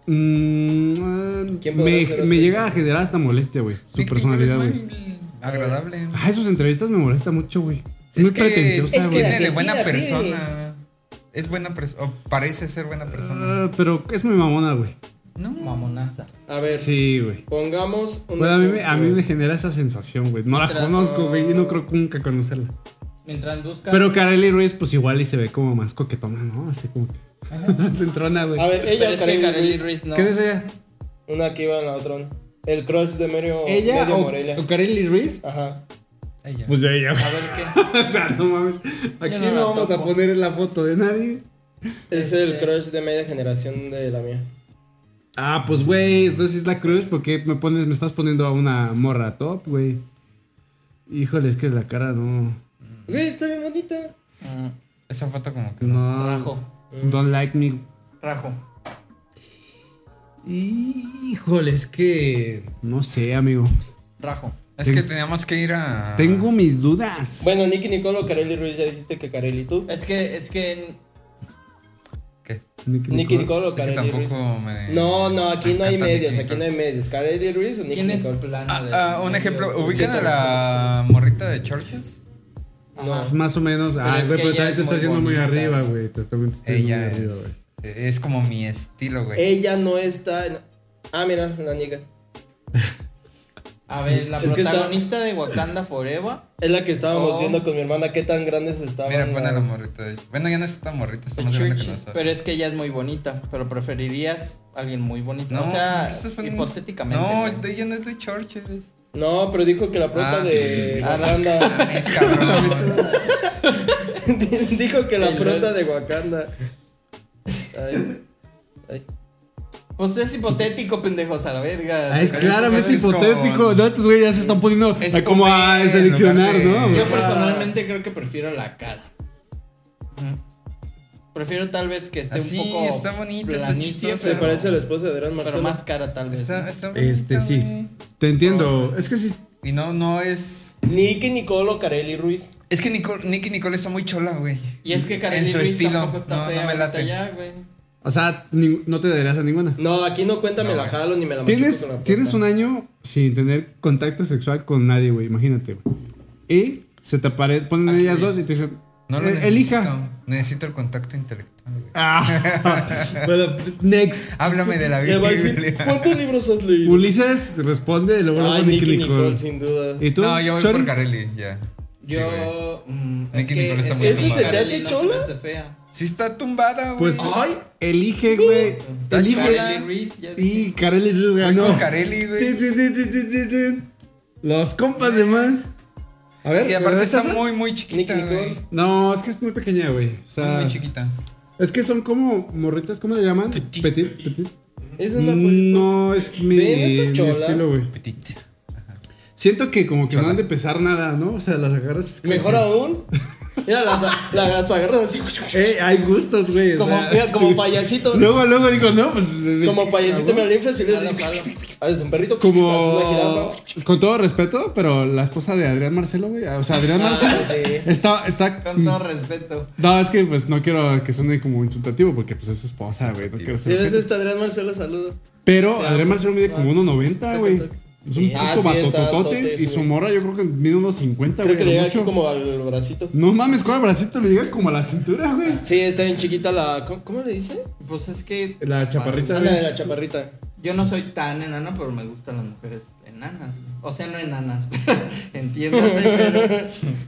mm,
¿Quién podrá
me,
ser
me
otro?
llega a generar hasta molestia, güey. Su
Nick
personalidad,
Nicole es
güey.
muy Agradable.
Ah, sus entrevistas me molesta mucho, güey. Es,
Eh, Es
muy
que
pretenciosa,
es que
güey.
tiene de
Mira,
buena
mira,
persona. Es buena persona. O parece ser buena persona.
Ah, pero es muy mamona, güey.
No.
Mamonaza.
A ver,
Sí, güey.
pongamos un.
Bueno, a mí, me, a mí
ejemplo.
me genera esa sensación, güey. No la
Mientras-
conozco, güey. Y no creo nunca conocerla.
Mientras busca...
Pero Kareli Ruiz, pues igual y se ve como más coquetona, ¿no? Así como que. Centrona, güey.
A ver, ella
Pero
o
es que
Kareli
Kareli
Ruiz.
Ruiz no.
¿Quién es ella?
Una aquí va en la otra. ¿no? El crush de Merio,
¿Ella
Medio
o,
Morelia.
o Kareli Ruiz?
Ajá.
Ella.
Pues ya ella, güey.
A ver qué.
O sea, no mames. Aquí
no
no,
la
vamos a
topo.
poner la foto de nadie.
Es el crush de media generación de la mía.
Ah, pues güey, entonces es la cruz, porque me pones, me estás poniendo a una morra top, güey? Híjole, es que la cara no.
Güey, está bien bonita.
Mm,
Esa foto como que.
No.
Rajo.
Don't like me.
Rajo.
Híjole, es que. No sé, amigo.
Rajo.
Es que teníamos que ir a.
Tengo mis dudas.
Bueno, Nicky Nicole o Kareli Ruiz, ya dijiste que Kareli tú.
Eh,
Es que, es que
¿Qué?
Nicki
Nicky
Nicole.
Nicole o
Es que
Kareli Ruiz.
tampoco me.
No, no, aquí
me
no hay
encanta Nick
medios, aquí no hay
Nicole.
medios. Kareli Ruiz o Nicky
¿Quién es
Nicole.
plana?
Ah,
de-
ah, un
de-
ejemplo.
de-
¿Ubican a
Yo
la morrita de Churches? uh,
No.
Es Más o menos.
Pero
ah,
es
güey,
que
pero
ella
también te
es
está
muy
haciendo muy
bonita.
arriba, güey. Te- también te está haciendo
Ella
muy arriba, güey.
es. Es como mi estilo, güey.
Ella no está. Ah, mira, la niega.
A ver, la
Es que está-
protagonista de Wakanda Forever.
Es la que estábamos
Oh.
viendo con mi hermana, qué tan grandes estaban.
Mira, pon a la
las-
morrita de. Bueno, ya no es tan morrita, está
The
más grande que
Churches,
nosotros.
pero es que ella es muy bonita. Pero preferirías a alguien muy bonito.
No,
o sea,
¿qué estás poniendo?
hipotéticamente.
No,
güey.
ella no es de Churches.
No, pero dijo que la prota
Ah.
de
Ah, la-
Wakanda.
Es cabrón.
dijo que la prota de Wakanda. Ay. Ay.
Pues es hipotético, pendejos, a la verga.
Ah, es
Pero
claramente
es- es como-
hipotético. No, estos güeyes ya se están poniendo
Es
a como a
comer,
seleccionar,
en lugar
¿no?
de-
Yo
güey?
personalmente creo que prefiero la cara. Ujú. Prefiero tal vez que esté
Así,
un poco.
está bonita, está
planicia,
chistosa.
Se
pero-
parece a la esposa de Adrián
Pero
Marcelo.
más cara, tal vez.
Está-
¿no?
está
Este
bonita,
sí.
güey.
Te entiendo. Es que sí.
Y no, no es.
Nicky Nicolo, Kareli Ruiz.
Es que Nicole, Nicky Nicole está muy chola, güey.
Y es que Karen
En su estilo.
tampoco está
no,
fea
no me
ahorita
late.
ya, güey.
O sea, ning- no te darías a ninguna.
No, aquí no cuenta, me
No,
la
güey.
jalo ni me la machuco
Tienes,
con la prota.
tienes un año sin tener contacto sexual con nadie, güey. Imagínate, güey. Y se te aparecen, ponen ellas dos y te dicen,
No lo
"Eh,
necesito.
elija.
Necesito el contacto intelectual. güey.
Ah, bueno, next.
Háblame de la
Le voy a decir,
Biblia.
¿cuántos libros has leído?
Ulises responde, luego luego
Ay,
Nicky
Nicky
Nicole. Eh,
Nicole, sin duda.
¿Y tú?
No, yo voy
Chori?
por Carelli, ya. Sí, güey.
Yo. mm, es
Nicki
que-
Nicole está
es
muy
que
¿Eso se te
Karen
hace
no
chola?
Se me hace fea.
Sí está tumbada, güey.
Pues
Ay.
elige, güey.
Está
Elige.
chola.
Carly Ruiz, ya dije.
Y Carelli Ruiz
Voy
ganó.
con Carelli, güey.
Tin, tin, tin, tin, tin, tin. Los compas de más. A ver,
Y aparte
¿es
está
¿eh? esa?
muy, muy chiquita,
Nick Nicole.
güey.
No, es que es muy pequeña, güey. O
Muy,
sea,
muy chiquita.
es que son como morritas, ¿cómo le llaman?
Petit.
Petit. petit.
Es una
No es mi,
Ven, está
mi
chola.
estilo, güey.
Petit.
Siento que como que no
Chola.
han de pesar nada, ¿no? O sea, las agarras. como-
Mejor aún. Mira, las, las agarras así.
Eh, hay gustos, güey. o
Como-
sea,
mira, como
sí.
payasito.
Luego, luego digo, no, pues. me-
Como payasito me
ah,
lo inflas y le
Jalo, jalo.
haces. Haces un perrito, haces una
Como.
jirafa.
Con todo respeto, pero la esposa de Adrián Marcelo, güey. O sea, Adrián
Ah,
Marcelo.
sí.
Está, está.
Con todo respeto.
No, es que pues no quiero que suene como insultativo porque pues es su esposa, güey. No quiero
Si ves
ser.
este Adrián Marcelo, saludo.
Pero Adrián Marcelo mide como 1.90, güey.
Sácate.
Es un
Ah,
puto
sí, está
batototote.
tote,
Y su
güey.
morra yo creo que mide unos 50,
Creo que le
güey.
llega
a lo
aquí
mucho.
como al bracito.
No mames, con el bracito le llegas como a la cintura, güey.
Sí, está bien chiquita la. ¿Cómo, cómo le dice?
Pues es que.
La chaparrita.
Ah, la de la chaparrita.
Yo no soy tan enano, pero me gustan las mujeres enanas. O sea, no enanas, pero entiéndase, pero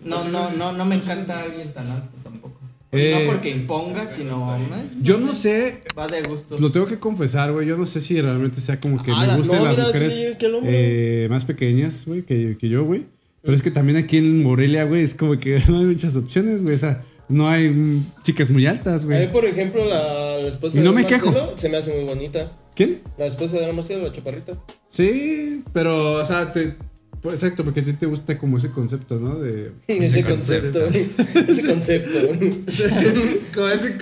no, no, no, no me encanta alguien tan alto tampoco. Y
Eh,
no porque imponga, sino eh,
Yo no sé,
va de gustos.
Pues lo tengo que confesar, güey. Yo no sé si realmente sea como que
Ah,
me
la-
gusten
no,
las
mira,
mujeres
sí, qué loco.
eh, más pequeñas, güey, que, que yo, güey. Pero es que también aquí en Morelia, güey, es como que no hay muchas opciones, güey. O sea, no hay mm, chicas muy altas,
A mí,
güey.
por ejemplo, la, la esposa
Y no
de
me
Marcelo
quejo.
se me hace muy bonita.
¿Quién?
La esposa de Ana Marcelo, la chaparrita.
Sí, pero, o sea, te... pues, Exacto, porque a ti te gusta como ese concepto, ¿no? De...
Ese
concepto.
concepto. Ese concepto.
Como ese...
No,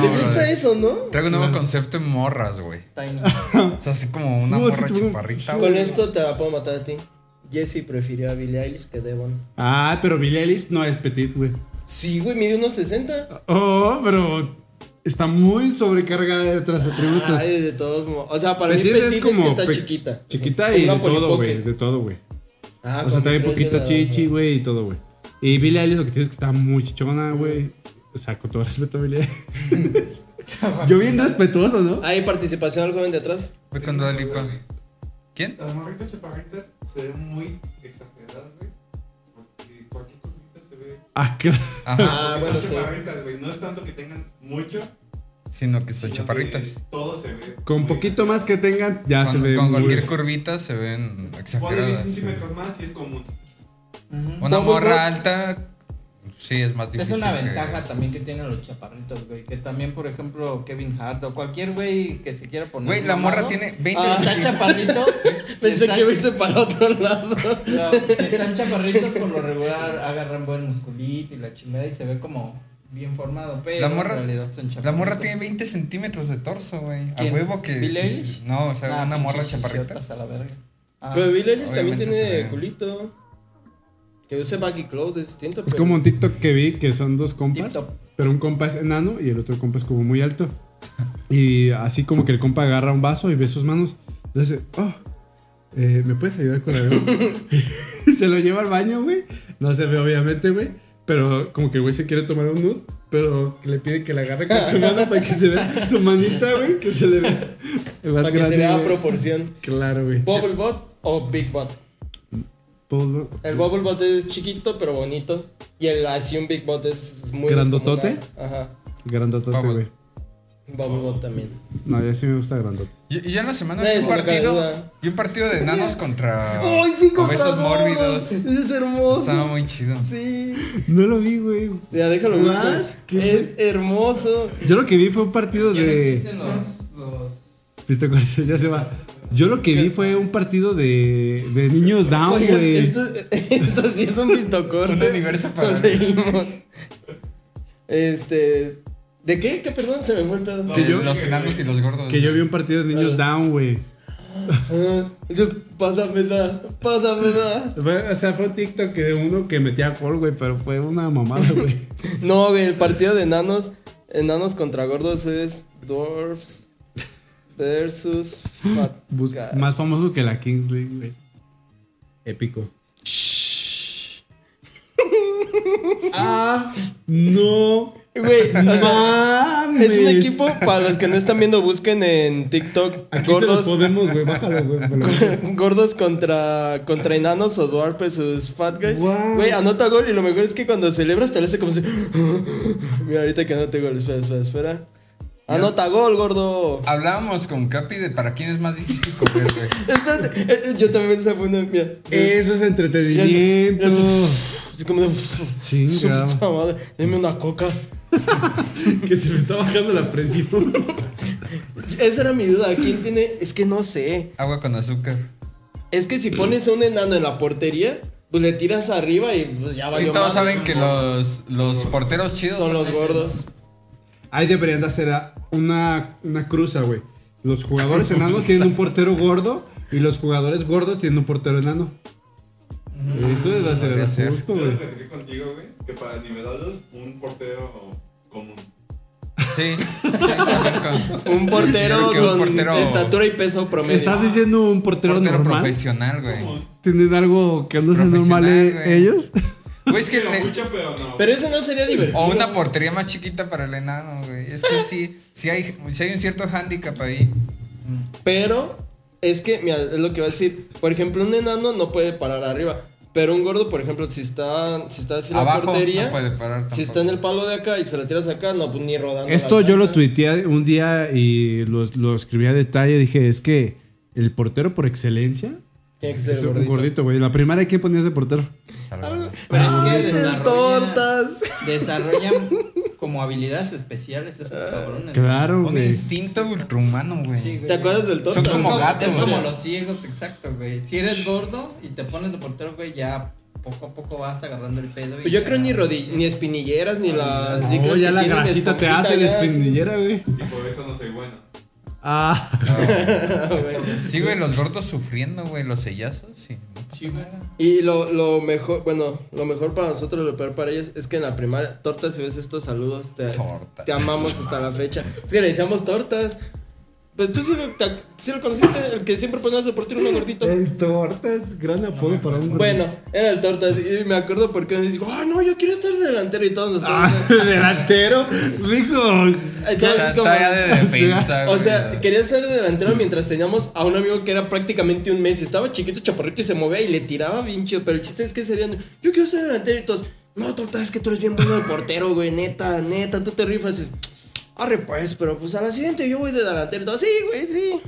¿Te
bro,
gusta eso, no?
Traigo un nuevo concepto en morras, güey.
Tiny.
O sea, así como una
Ah. No, es que
morra
tengo-
chaparrita, güey.
Con esto te la puedo matar a ti. Jesse prefirió a Billie Eilish que Devon.
Ah, pero Billie Eilish no es petit, güey.
Sí, güey, mide unos 60.
Oh, pero está muy sobrecargada de otros atributos.
Ay, de todos modos. O sea, para mí
Petit
Petit es, que está
pe-
chiquita.
Chiquita
Como
y
una
de todo,
polipoque.
güey. De todo, güey.
Ah,
o sea,
como tres
también
de
poquito
la-
chichi, güey, y todo, güey. Y Billie Eilish lo que tienes es que está muy chichona, güey. O sea, con todo respeto, Billie Eilish. Yo bien respetuoso, ¿no?
Hay Ah, participación al joven de atrás.
Voy con Dua Lipa. ¿Quién?
Las morritas chaparritas se ven muy exageradas, güey. Porque cualquier cosita se ve.
Ah, claro.
Ajá.
Ah,
Porque
bueno,
son
sí.
chaparritas, güey. No es tanto que tengan mucho.
Sino que son
sino que
chaparritas.
Todo se ve.
Con
muy
poquito más que tengan, ya Ah, se
Con,
ve
con
muy-
cualquier curvita se ven
Ponle 10
exageradas.
centímetros más y es común.
Ujú.
Una
No, pues, no.
morra alta, sí, es más
Es
difícil.
una
que-
ventaja también que tienen los chaparritos, güey. Que también, por ejemplo, Kevin Hart o cualquier güey que se quiera poner.
Güey, la
mamado,
morra tiene 20
Si están chaparritos.
centímetros.
Pensé que iba a
ves
irse para otro lado.
No, si están chaparritos por lo regular agarran buen musculito y la chingada y se ve como bien formado, pero
La morra-
en realidad son
La
chaparritos.
morra tiene 20 centímetros de torso, güey. A
¿Quién?
huevo que.
¿Billie
que-
Eilish?
no, o sea,
Nah,
una morra
pinches
chaparrita.
chichotas a la verga. Ah,
Pero Billie Eilish también
Obviamente se
tiene
ve.
culito. Que use baggy clothes, es distinto.
Es
pero-
como un TikTok que vi que son dos compas,
Tip-top.
pero un compa es enano y el otro compa es como muy alto. Y así como que el compa agarra un vaso y ve sus manos. Y dice, oh, eh, ¿me puedes ayudar con algo? y se lo lleva al baño, güey. No se ve obviamente, güey. Pero como que el güey se quiere tomar un nude, pero que le pide que la agarre con su mano para que se vea su manita, güey, que se le vea. más
Para que se
grande,
vea a
güey.
proporción.
Claro, güey.
¿Bubblebot o Big Bot?
Todo-
El Bubblebot es chiquito pero bonito. Y el así un Big Bot es es muy.
¿Grandotote?
descomunal. Ajá.
Grandotote,
Vamos.
güey.
Bubblebot también.
No, ya sí me gusta grandote.
Yo, yo en la semana
Nadie
vi un
se me cae
partido.
duda.
Vi un partido de enanos contra.
¡Ay, sí, contra
obesos
mórbidos!
mórbidos.
Es hermoso.
Estaba muy chido.
Sí.
No lo vi, güey.
Ya déjalo
What?
buscar.
¿Qué?
Es hermoso.
Yo lo que vi fue un partido
ya no
de.
existen los, los
Viste, con- ya se va. Yo lo que vi fue un partido de, de niños down,
Oigan,
Ah, güey.
esto, esto sí es un vistocorte.
Un universo paralelo.
Nos seguimos. Este. ¿De qué? ¿Qué perdón? Se me fue el pedo.
No,
Que yo-
Los enanos y los gordos.
Que yo vi
güey.
un partido de niños down, güey.
Ah, pásamela, pásamela.
Fue- O sea, fue un TikTok de uno que metía gol, güey, pero fue una mamada, güey.
No, güey, el partido de enanos, enanos contra gordos es Dwarfs versus Fat
Bus-
Guys.
Más famoso que la Kings League, güey. Épico. ah, no.
Güey, o sea,
Mames.
es un equipo, para los que no están viendo, busquen en TikTok
Aquí se los
gordos,
podemos, güey. Bájalo, güey. me lo pasas.
gordos contra, contra enanos o dwarf versus fat guys.
Wow.
Güey, anota gol y lo mejor es que cuando celebras te lo hace como si... Mira, ahorita que anote gol, espera, espera, espera. Anota gol, gordo.
Hablábamos con Capi de para quién es más difícil correr, güey.
Espérate, eh, eh, yo también se fue una mía.
Eso es entretenimiento.
Ya sé, Así como de.
Chinga.
Su puta madre, deme una coca.
Que se me está bajando la presión.
Esa era mi duda. ¿Quién tiene? Es que no sé.
Agua con azúcar.
Es que si pones a un enano en la portería, pues le tiras arriba y pues ya valió
Sí, todos
madre.
saben que los, los porteros chidos
Son los gordos.
Ahí deberían de hacer a- una, una cruza, güey. Los jugadores enanos tienen un portero gordo y los jugadores gordos tienen un portero enano. Eso es la
podría
ser
ser.
justo,
Yo lo
güey.
platiqué contigo, güey, que para nivelados un portero común.
Sí. También con-
Un portero
Sí, que
con
un portero-
estatura y peso
¿Me
promedio.
estás diciendo un portero,
Portero
normal?
profesional, güey.
¿Tienen algo que no sea
Profesional,
normal eh,
güey.
ellos?
Güey, es que
Lo
le-
escucha, pero no.
Pero eso no sería divertido.
O una portería más chiquita para el enano, güey. Es que sí, sí hay, sí hay un cierto hándicap ahí.
Pero es que, mira, es lo que iba a decir. Por ejemplo, un enano no puede parar arriba. Pero un gordo, por ejemplo, si está, si está así la
Abajo
portería,
no puede parar
si
tampoco.
está en el palo de acá y se la tiras acá, no, pues ni rodando.
Esto yo lo
tuiteo
tuiteé un día y lo, lo escribí a detalle. Dije, es que el portero por excelencia
Tiene que ser
es un
gordito.
gordito, güey. La primera, ¿quién ponías de portero?
Pero es que
Ay,
desarrollan,
tortas.
desarrollan como habilidades especiales esos cabrones.
Claro,
Un
güey.
instinto ultrahumano, güey.
Sí, güey.
¿Te acuerdas del
Son
tortas?
como
es
gatos,
Es como
güey.
los ciegos, exacto, güey. Si eres gordo y te pones de portero, güey, ya poco a poco vas agarrando el pedo. Y
Yo
ya-
creo ni rodillas, ni espinilleras, ni las.
No,
licras
Oh, ya
que
la
tienen
grasita te hace la
esponjita, ya,
espinillera, güey.
Y por eso no soy bueno.
Ah.
güey.
Sí, güey, los gordos sufriendo, güey, los sellazos. Sí, no pasa
Sí, güey.
nada.
Y lo, lo mejor, bueno, lo mejor para nosotros, lo peor para ellos es que en la primaria, tortas, si ves estos saludos, te,
Tortas.
te amamos hasta la fecha. Es que le decíamos tortas. Pues tú sí lo, te- sí lo conociste, el que siempre ponía su portero uno gordito.
Eh,
El tortas, gran apodo para un
Bueno, era el tortas. Y me acuerdo porque me dijo, ah, no, yo quiero estar delantero y todos nosotros.
Ah, delantero, rico.
Entonces,
La
como-
talla de defensa,
O sea,
güey.
quería ser delantero mientras teníamos a un amigo que era prácticamente un mes. Estaba chiquito, chaparrito y se movía y le tiraba bien chido. Pero el chiste es que ese día, yo quiero ser delantero y todos, no, torta, es que tú eres bien bueno de portero, güey, neta, neta, tú te rifas. Y dices, Arre, pues, pero pues a la siguiente yo voy de delantero. Y todos, sí, güey, sí.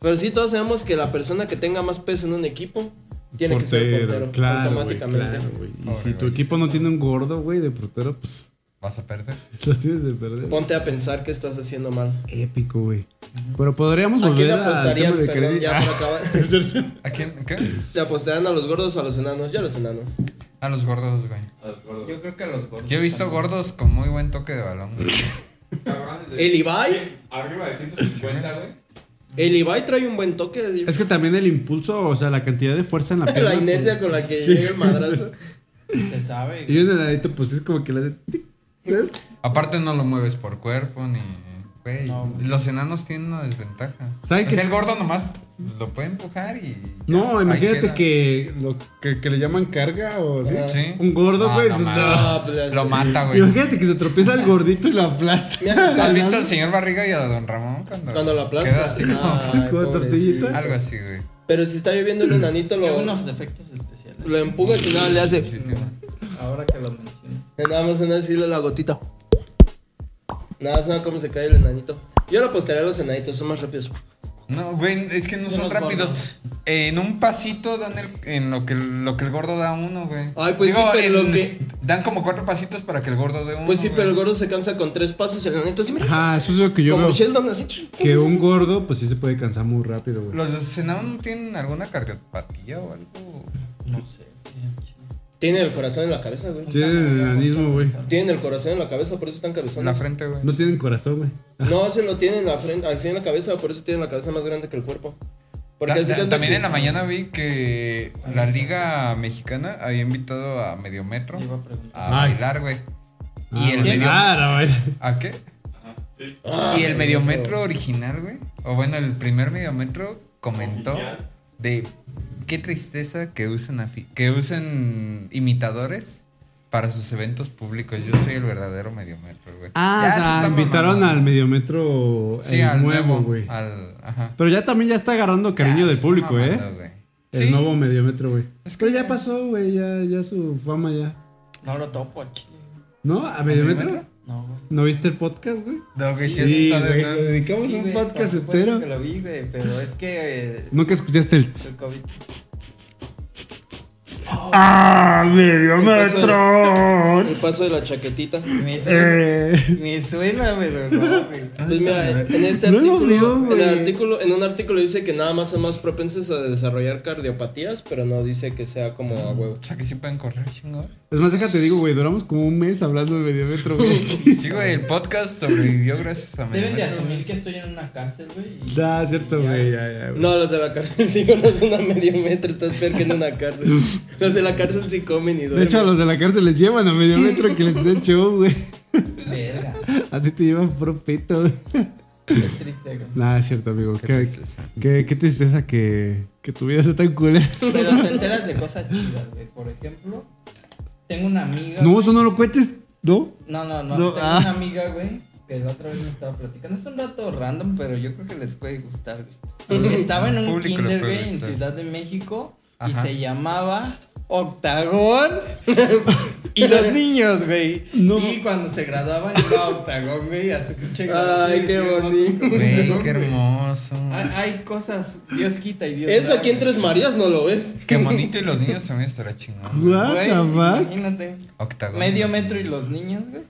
Pero sí, todos sabemos que la persona que tenga más peso en un equipo tiene que ser portero
claro, güey,
automáticamente.
claro, güey. y
Pobre
si tu
güey.
equipo no tiene un gordo, güey, de portero, pues
Vas a perder.
lo tienes de perder.
Ponte a pensar que estás haciendo mal.
Épico, güey. Pero podríamos
¿A quién
volver
le
al tema
apostarían?
de
Perdón,
Kennedy.
ya para
Ah,
acabar.
es cierto.
¿A quién? ¿Qué?
Le apostarían pues, a los gordos o a los enanos. Yo a los enanos.
A los gordos, güey.
A los gordos.
Yo creo que a los gordos.
Yo he visto
también.
gordos con muy buen toque de balón. güey.
Cabrones de-
¿El Ibai?
Sí, Arriba de 150, güey.
El Ibai trae un buen toque. así.
Es que también el impulso, o sea, la cantidad de fuerza en la pierna. pues,
la inercia
como-
con la que
Sí.
llega el madrazo.
Se sabe.
Y un enanito, pues es como que la de. tic, ¿sabes?
Aparte no lo mueves por cuerpo ni... Güey,
No, güey.
los enanos tienen una desventaja.
¿Saben
O
que
sea, el
es-
gordo nomás lo puede empujar y... ya,
No,
ahí
imagínate
queda.
que, lo que, que le llaman carga o así.
Sí.
Un gordo,
No,
güey,
no
pues
mames.
no.
Ah, pues,
Lo
sí.
mata, güey.
Imagínate que se tropieza el gordito y la aplasta.
Mira, está-
¿Has visto al señor Barriga y a don Ramón cuando,
Cuando lo
queda
aplasta.
así como-
Ay,
Con la
pobrecito.
tortillita.
algo así, güey.
Pero si está lloviendo el enanito,
Qué
lo,
buenos efectos especiales.
lo empuja y nada le hace. Eh,
Sí, sí, güey.
Ahora que lo mencionas.
Nada más en decirle la gotita. Nada, sabe cómo se cae el enanito. Yo lo apostaría a los enanitos, son más rápidos.
No, güey, es que no
Yo
son
los
rápidos.
gordos.
En un pasito dan el, en lo que, lo que el gordo da uno, güey.
Ay, pues sí, pero
en-
lo que-
Dan como cuatro pasitos para que el gordo dé uno.
Pues sí,
güey.
pero el gordo se cansa con tres pasos y el enanito sí, mira.
Ajá, eso es lo que yo
como
veo.
Sheldon así.
Que un gordo, pues sí se puede cansar muy rápido, güey.
¿Los cenaron tienen alguna cardiopatía o algo?
No sé.
Tiene el corazón en la cabeza, güey.
Tienen enanismo, güey.
Tienen el corazón en la cabeza, por eso están
En
cabezones.
la frente, güey.
No tienen corazón, güey.
No, se lo tiene en la frente, así en la cabeza, por eso tiene la cabeza más grande que el cuerpo.
Ta-
así
ta-
cuenta
también
que-
en la mañana vi que la Liga Mexicana había invitado a Medio Metro
Iba a preguntar.
a
Ay.
bailar, güey.
Ah,
y el
güey.
medio...
Ah, no,
¿A qué?
Sí.
Ah,
Y el mediometro
metro.
original, güey. O bueno, el primer mediometro comentó
Oficial.
de qué tristeza que usen afi- que usen imitadores para sus eventos públicos. Yo soy el verdadero mediometro, güey.
Ah,
Ya
o
se
sea,
están
invitaron
mamando.
al mediometro
sí,
el
al
nuevo,
nuevo,
güey.
Al, ajá.
Pero ya también ya está agarrando
Ya
cariño
se
del
está
público, ¿eh?
mamando, güey.
El
Sí.
nuevo mediometro, güey. Es que ya pasó, güey, ya, ya su fama ya.
No lo topo aquí.
¿No? ¿A mediometro?
mediometro?
No, güey.
¿No viste el podcast, güey?
No, güey, sí,
Sí,
está
güey,
de-
le dedicamos
Sí,
un
güey, por
podcast
supuesto
entero.
que lo vi, güey, pero es que eh,
Nunca escuchaste el... tss?
el COVID.
¡Ah,
metro!
metro!
El paso de la chaquetita.
Me suena,
Eh,
me suena, pero no, güey.
Pues mira, en este
No lo
artículo,
vio,
en,
güey.
el artículo, en un artículo dice que nada más son más propensos a desarrollar cardiopatías, pero no dice que sea como a huevo.
O sea, que sí pueden correr, chingón.
es más, déjate digo, güey, duramos como un mes hablando de Mediometro, güey.
Sí, güey, el podcast sobrevivió gracias a
Deben de
Mediometro.
asumir que estoy en una cárcel, güey. y-
Da, cierto, güey, ya, ya, güey.
No, los de la cárcel sí conocen a medio metro, estás peor que en una cárcel. Los de la cárcel sí comen y
De
duermen.
hecho, a los de la cárcel les llevan a Mediometro que les den show, güey.
Verga.
A ti te llevan puro pito, güey.
Es triste, güey.
Nah, es cierto, amigo. Qué,
Qué
qué
tristeza.
tristeza. Qué, tristeza que, que tu vida sea tan culera.
Pero te enteras de cosas chidas, güey. Por ejemplo, tengo una amiga.
No,
güey.
eso no lo cuentes, ¿no?
No, no, no.
No,
tengo
ah.
una amiga, güey, que la otra vez me estaba platicando. Es un dato random, pero yo creo que les puede gustar, güey. Estaba en un
Público le
kinder,
puede
güey, en
gustar.
Ciudad de México.
Ajá.
Y se llamaba Octagón y los niños, güey.
No.
Y cuando se graduaban iba a Octagón, güey, a su pinche graduación
Ay,
y
qué
llevaba
bonito.
Güey,
Octagón,
qué
güey.
hermoso.
Hay, hay cosas, Dios quita y Dios
Eso
da,
aquí en
güey.
Tres Marías no lo ves.
Qué bonito y los niños también estará chingón.
What
Güey,
the fuck?
imagínate.
Octagón.
Medio metro y los niños, güey.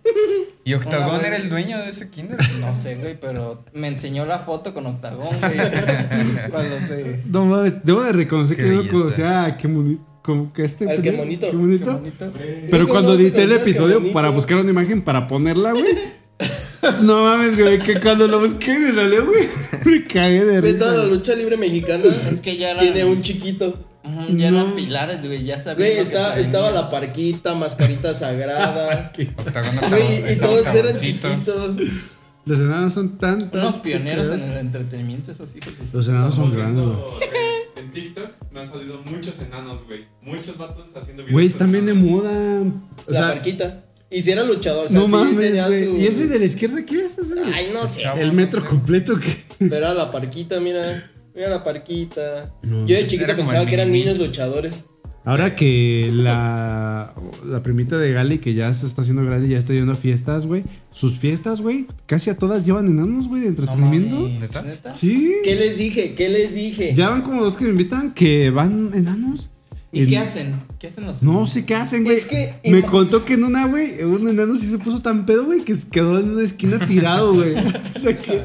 ¿Y
Una,
Octagón
güey.
era el dueño de ese kinder?
No sé, güey, pero me enseñó la foto con octagón, güey. Cuando se...
No mames, debo de reconocer
Qué
que yo no
belleza.
conocía a qué bonito. Como que este.
Al qué
pendejo,
bonito.
Qué bonito.
qué bonito.
Pero
Yo
cuando
conozco,
edité el
conozco, qué
episodio
bonito.
para buscar una imagen para ponerla, güey. No mames, güey, que cuando lo busqué me salió, güey. Me cagué de
Ve
risa.
toda la lucha libre mexicana.
Es que ya era-
Tiene un chiquito.
Ajá, ya eran pilares, güey, ya sabía.
Güey,
lo que
está,
se
estaba
venía.
la parquita, mascarita sagrada.
Octagón,
Güey,
Octagón.
y
está
todos eran
Octagoncito.
chiquitos.
Los enanos son tan. tan
Unos pioneros en
chiquitos.
el entretenimiento, esos hijos. de su-
Los enanos son
Estamos
grandes, güey.
viendo En en TikTok me han salido muchos enanos, güey. Muchos vatos haciendo videos.
Güey,
con
están bien de
enanos.
moda. O
la
sea,
parquita. Y si era luchador, o sea,
no
sí
mames,
tenía su-
güey. ¿Y ese de la izquierda qué es? ¿Ese?
Ay, no sé.
Chavo,
el metro
güey.
completo que.
Pero era la parquita, mira. Mira la parquita.
No.
Yo de chiquito
Era como
pensaba
el
que eran
mini-mini.
niños luchadores.
Ahora que la, la primita de Gali, que ya se está haciendo grande, ya está yendo a fiestas, güey. Sus fiestas, güey, casi a todas llevan enanos, güey, de
No
entretenimiento.
mames,
¿Neta?
sí.
¿Qué les dije? ¿Qué les dije?
Ya van como dos que me invitan que van enanos.
¿Y
En-
qué hacen? ¿Qué hacen los
No sé qué hacen, güey.
Es que-
me
ima-
contó que en una, güey, un enano sí se puso tan pedo, güey, que se quedó en una esquina tirado, güey. O sea que-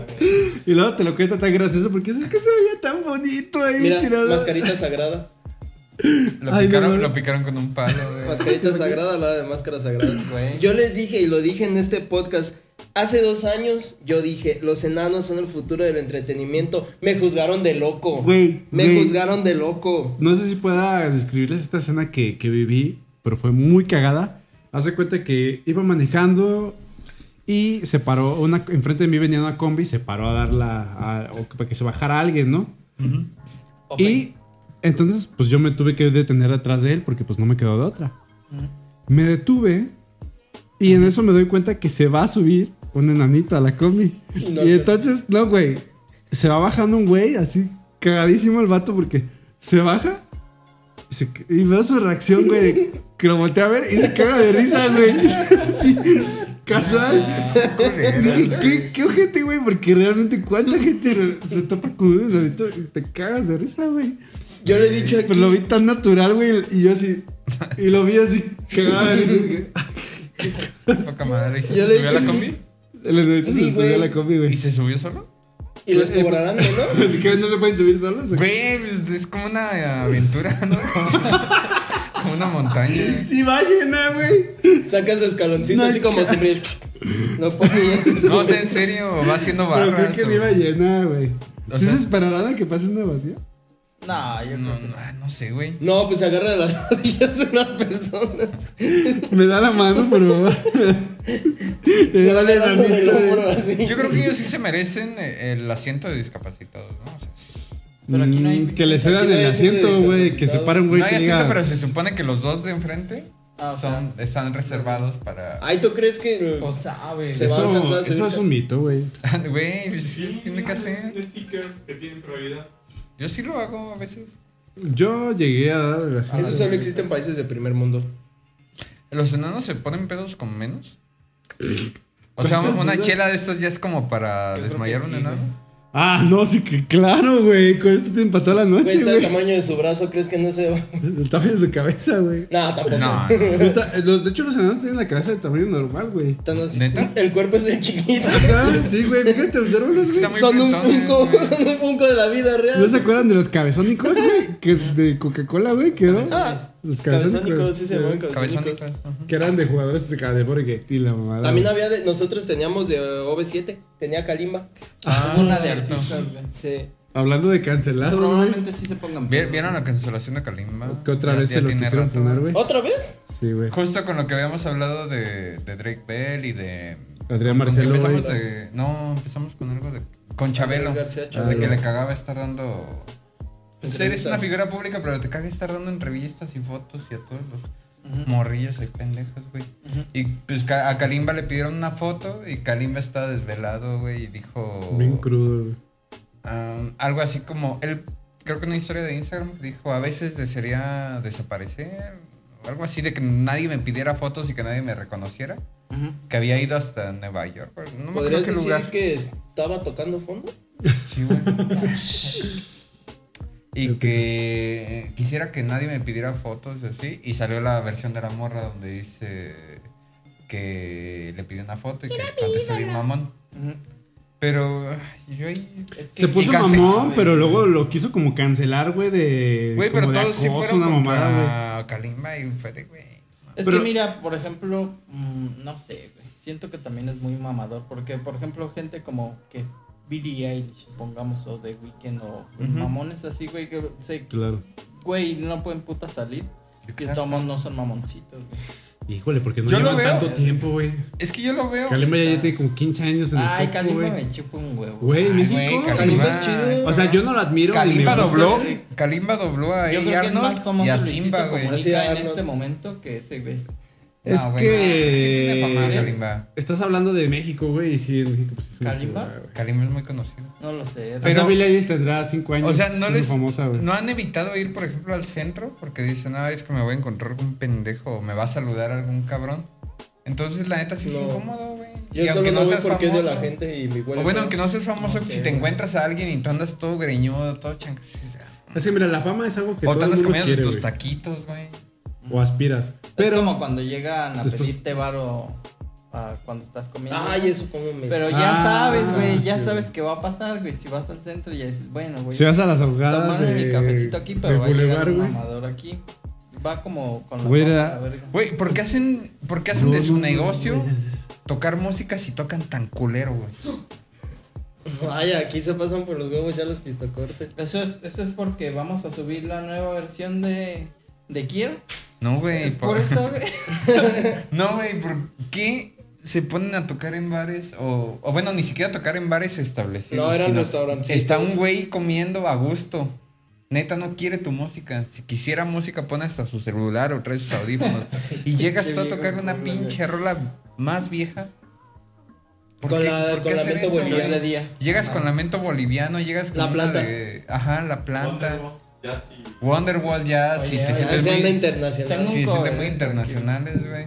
Y luego te lo cuenta tan gracioso porque es que se veía tan bonito ahí
Mira,
tirado.
mascarita sagrada.
Lo
Ay,
picaron,
no, no.
lo picaron con un palo, güey.
Mascarita sagrada, la de máscara sagrada.
Güey.
Yo les dije, y lo dije en este podcast, hace dos años yo dije, los enanos son el futuro del entretenimiento. Me juzgaron de loco.
Güey,
Me
güey.
juzgaron de loco.
No sé si pueda describirles esta escena que, que viví, pero fue muy cagada. Hace cuenta que iba manejando y se paró, una, enfrente de mí venía una combi, se paró a darla, a- o para que se bajara alguien, ¿no? Y entonces, pues yo me tuve que detener atrás de él porque pues no me quedó de otra. Me detuve y en eso me doy cuenta que se va a subir un enanito a la combi.
No,
y
pero-
entonces, no, güey, se va bajando un güey así cagadísimo el vato porque se baja y, se- y veo su reacción, güey, de que lo volteé a ver y se caga de risa, güey. Así, casual. Dije, ¿Qué, qué ojete, güey? Porque realmente, ¿cuánta gente re- se topa con un enanito y te cagas de risa, güey?
Yo le he dicho aquí.
Pero lo vi tan natural, güey, y yo así. Y lo vi así, cagado. de risa, y dije,
Poca madre. ¿Y se
Yo le
subió a la
dije-
combi?
El enanito
Sí,
se subió
güey.
a la combi,
¿Y
güey.
se subió solo?
¿Y los cobrarán menos?
¿Qué? ¿No se pueden subir solos? o qué?
Güey, pues, es como una aventura, ¿no? Como una montaña.
Sí, va llena, güey.
Sacas escaloncito así como siempre. No pone y eso.
No, o sea, en serio, va haciendo
Pero
barras.
creo que
o-
no iba llena, güey.
O
¿Sí
sea-
se esperarán a que pase una vacía?
No, yo
No,
creo que
no, ah, no sé, güey.
No, pues agarra de las rodillas a las personas.
Me da la mano, por favor.
Se
Se
va agarrando del hombro así.
Yo creo que ellos sí se merecen eh, el asiento de discapacitados, ¿no? O sea, sí.
Pero aquí no hay-
Mm, Que le
aquí
cedan
no hay
el
asiento
asiento,
de
güey. Que se pare un güey
no hay
que
asiento,
diga.
pero se supone que los dos de enfrente
Ah, o
son, están reservados para.
Ay, ¿tú crees que.?
No sabe.
Se va a alcanzar a
Eso, eso
subir.
es un mito, güey.
Güey, pues, sí,
Sí,
tiene que hacer.
Un sticker que tienen prioridad.
Yo sí lo hago a veces.
Yo llegué a dar el asiento.
Eso solo existe en países de primer mundo.
¿Los enanos se ponen pedos con menos? O sea,
¿Cuántas
una
dudas?
chela de estas ya es como para desmayar un enano.
Ah, no, sí que claro, güey. Con esto te empató la
Güey,
noche,
está el
güey.
tamaño de su brazo, ¿crees que no se va?
El tamaño de su cabeza, güey.
No, tampoco.
No, no.
Está- los- De hecho, los enanos tienen la cabeza de tamaño normal, güey.
Tan así.
¿Neta?
El cuerpo es de chiquito.
Ajá, sí, güey. Fíjate, obsérvalos, güey.
Está muy
Son un
frentón,
funko,
güey.
son un funko de la vida real.
¿No se acuerdan de los cabezónicos, güey? Que es de Coca-Cola, güey. Que eran
Ah,
los
cabezónicos,
cabezónicos.
sí se llaman
eh,
cabezónicos.
Cabezónicas. ajá.
Que eran de jugadores de Borghetti, la mamada.
También
güey.
había de. Nosotros teníamos de OV7, tenía Kalimba.
Ah,
Una de
cierto.
artistas, güey.
Sí.
Hablando de cancelados, güey.
Probablemente sí se pongan.
¿Vi-
pedos.
¿Vieron la cancelación de Kalimba?
Que otra
Ya-
vez
ya
se lo
tiene
quisieron
rato.
poner, güey.
¿Otra vez?
Sí, güey.
Justo con lo que habíamos hablado de, de Drake Bell y de.
Adrián
¿con qué
Marcelo,
empezamos
güey.
de- no, empezamos con algo de. Con Chabelo.
García
de
Chabelo.
que le cagaba estar dando. Pues eres
Entrevistas.
una figura pública, pero te caga estar dando entrevistas y fotos y a todos los morrillos y pendejos, güey. Y pues ca- a Kalimba le pidieron una foto y Kalimba estaba desvelado, güey, y dijo.
Bien crudo, güey.
Um, algo así como él creo que una historia de Instagram que dijo a veces desearía desaparecer o algo así de que nadie me pidiera fotos y que nadie me reconociera
Ujú.
que había ido hasta Nueva York pero no me acuerdo
¿Podrías
qué
decir
lugar
que estaba tocando fondo?
Sí, güey. y que quisiera que nadie me pidiera fotos y así y salió la versión de la morra donde dice que le pidió una foto y que contestó bien mamón pero ay, yo ahí
Se
y
puso
cancel-
mamón, pero luego lo quiso como cancelar, güey, de.
Güey, pero
Eh, como de
todos sí
acoso,
fueron
una mamada, güey.
contra Kalimba y Fede, güey.
Es
Pero-
que mira, por ejemplo, mm, no sé, güey, siento que también es muy mamador, porque por ejemplo, gente como que Billie Eilish, pongamos, o The Weeknd, o mamones así, güey, que se,
Claro.
güey, no pueden puta salir, y
Exacto.
tomos no son mamoncitos, güey.
Híjole, porque no
Yo lo
llevan
veo.
tanto tiempo, güey.
Es que yo lo veo.
Kalimba ya ya tiene como 15 años en el
Ay,
foco,
Kalimba
güey.
me chupa un huevo.
Güey,
Ay,
México.
güey,
Kalimba
Kalimba
es chido.
es-
O sea, yo no lo admiro. ni
Kalimba
me gusta.
dobló. Kalimba dobló a
Yo
Ey
creo que es más
Arnold y
famoso
a
Luisito
Simba, güey.
Comunica.
No,
Sí,
Comunica en
Arnold.
este momento que ese, güey.
Es
güey,
que.
Sí, sí tiene fama Kalimba.
Eh, Estás hablando de México, güey. Y sí, en México. Pues, es una
¿Kalimba?
figura, güey.
Kalimba es muy conocido.
No lo sé.
Pero
Pero-
Billie Eilish tendrá 5 años.
O sea, no
es
les.
famosa, güey.
no han evitado ir, por ejemplo, al centro porque dicen, ah, es que me voy a encontrar con un pendejo o me va a saludar algún cabrón. Entonces, la neta, sí es
No.
incómodo, güey.
Yo
Y
solo
aunque
no
no
voy
seas
porque odio a la
famoso.
gente y mi huele
O bueno,
feo.
aunque no seas famoso,
No sé,
si te
güey.
encuentras a alguien y tú andas todo greñudo, todo chancas. "Ah,
Es que mira, la fama es algo que.
O
todo
te
el
andas
mundo
comiendo
quiere,
tus
güey.
taquitos, güey.
O aspiras.
es
Pero.
como cuando llegan a
Después-
pedirte varo ah, cuando estás comiendo.
Ay, eso como me.
Pero ya
Ah,
sabes, güey, ya
sí,
sabes
güey.
qué va a pasar, güey. Si vas al centro y dices, bueno, güey.
Si vas a las ahogadas.
Tomarme
de,
mi cafecito aquí, pero va a
de
llegar
Boulevard,
un
güey.
mamador aquí. Va como con la
Güey,
boca,
era-
la verga.
Güey, ¿por qué hacen, por qué hacen
No,
de su
no, no,
negocio
güey.
tocar música si tocan tan culero, güey?
Vaya, aquí se pasan por los huevos ya los pistocortes.
Eso es, eso es porque vamos a subir la nueva versión de, de Kier.
No, güey.
Es
por-
por eso, güey.
No, güey, ¿por qué se ponen a tocar en bares? O, o bueno, ni siquiera tocar en bares establecidos.
No, eran
sino-
restaurantes.
Está un güey comiendo a gusto. Neta, no quiere tu música. Si quisiera música, pone hasta su celular o trae sus audífonos. y llegas
Qué
tú a
viejo
tocar una
culo,
pinche rola más vieja.
Con la- con lamento
güey?
Los de día.
Llegas con lamento boliviano, llegas con
La
una
planta.
de- ajá, la planta.
Wonderwall, Ya sí.
Wonderwall ya, si
Oye,
te
oye,
sientes
Se anda
muy,
internacional.
Tengo-
sí,
un
se sienten
cover,
muy
eh,
internacionales, güey.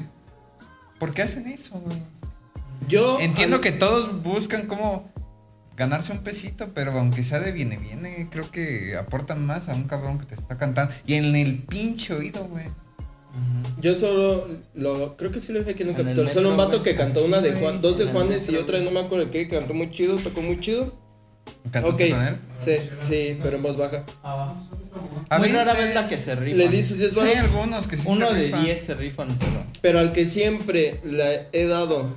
¿Por qué hacen eso, güey?
Oh,
Yo.
Entiendo
al-
que todos buscan como ganarse un pesito, pero aunque sea de viene viene, creo que aportan más a un cabrón que te está cantando y en el pinche oído, güey.
Yo solo. Lo, creo que sí lo dije aquí en un
En el
capítulo. Solo un
metro,
vato
güey.
que cantó una de
Sí,
Juan, dos de
en el
Juanes y
metro,
otra de no me acuerdo de qué. Cantó muy chido, tocó muy chido.
¿Cantaste
Ok.
con él?
Sí, sí, pero en voz baja.
A
Muy rara
veces-
vez la que se rifa.
Le di sus 10
Sí, hay
varos.
algunos que sí
Uno
se
de
rifan.
10 se rifan, pero.
Pero al que siempre le he dado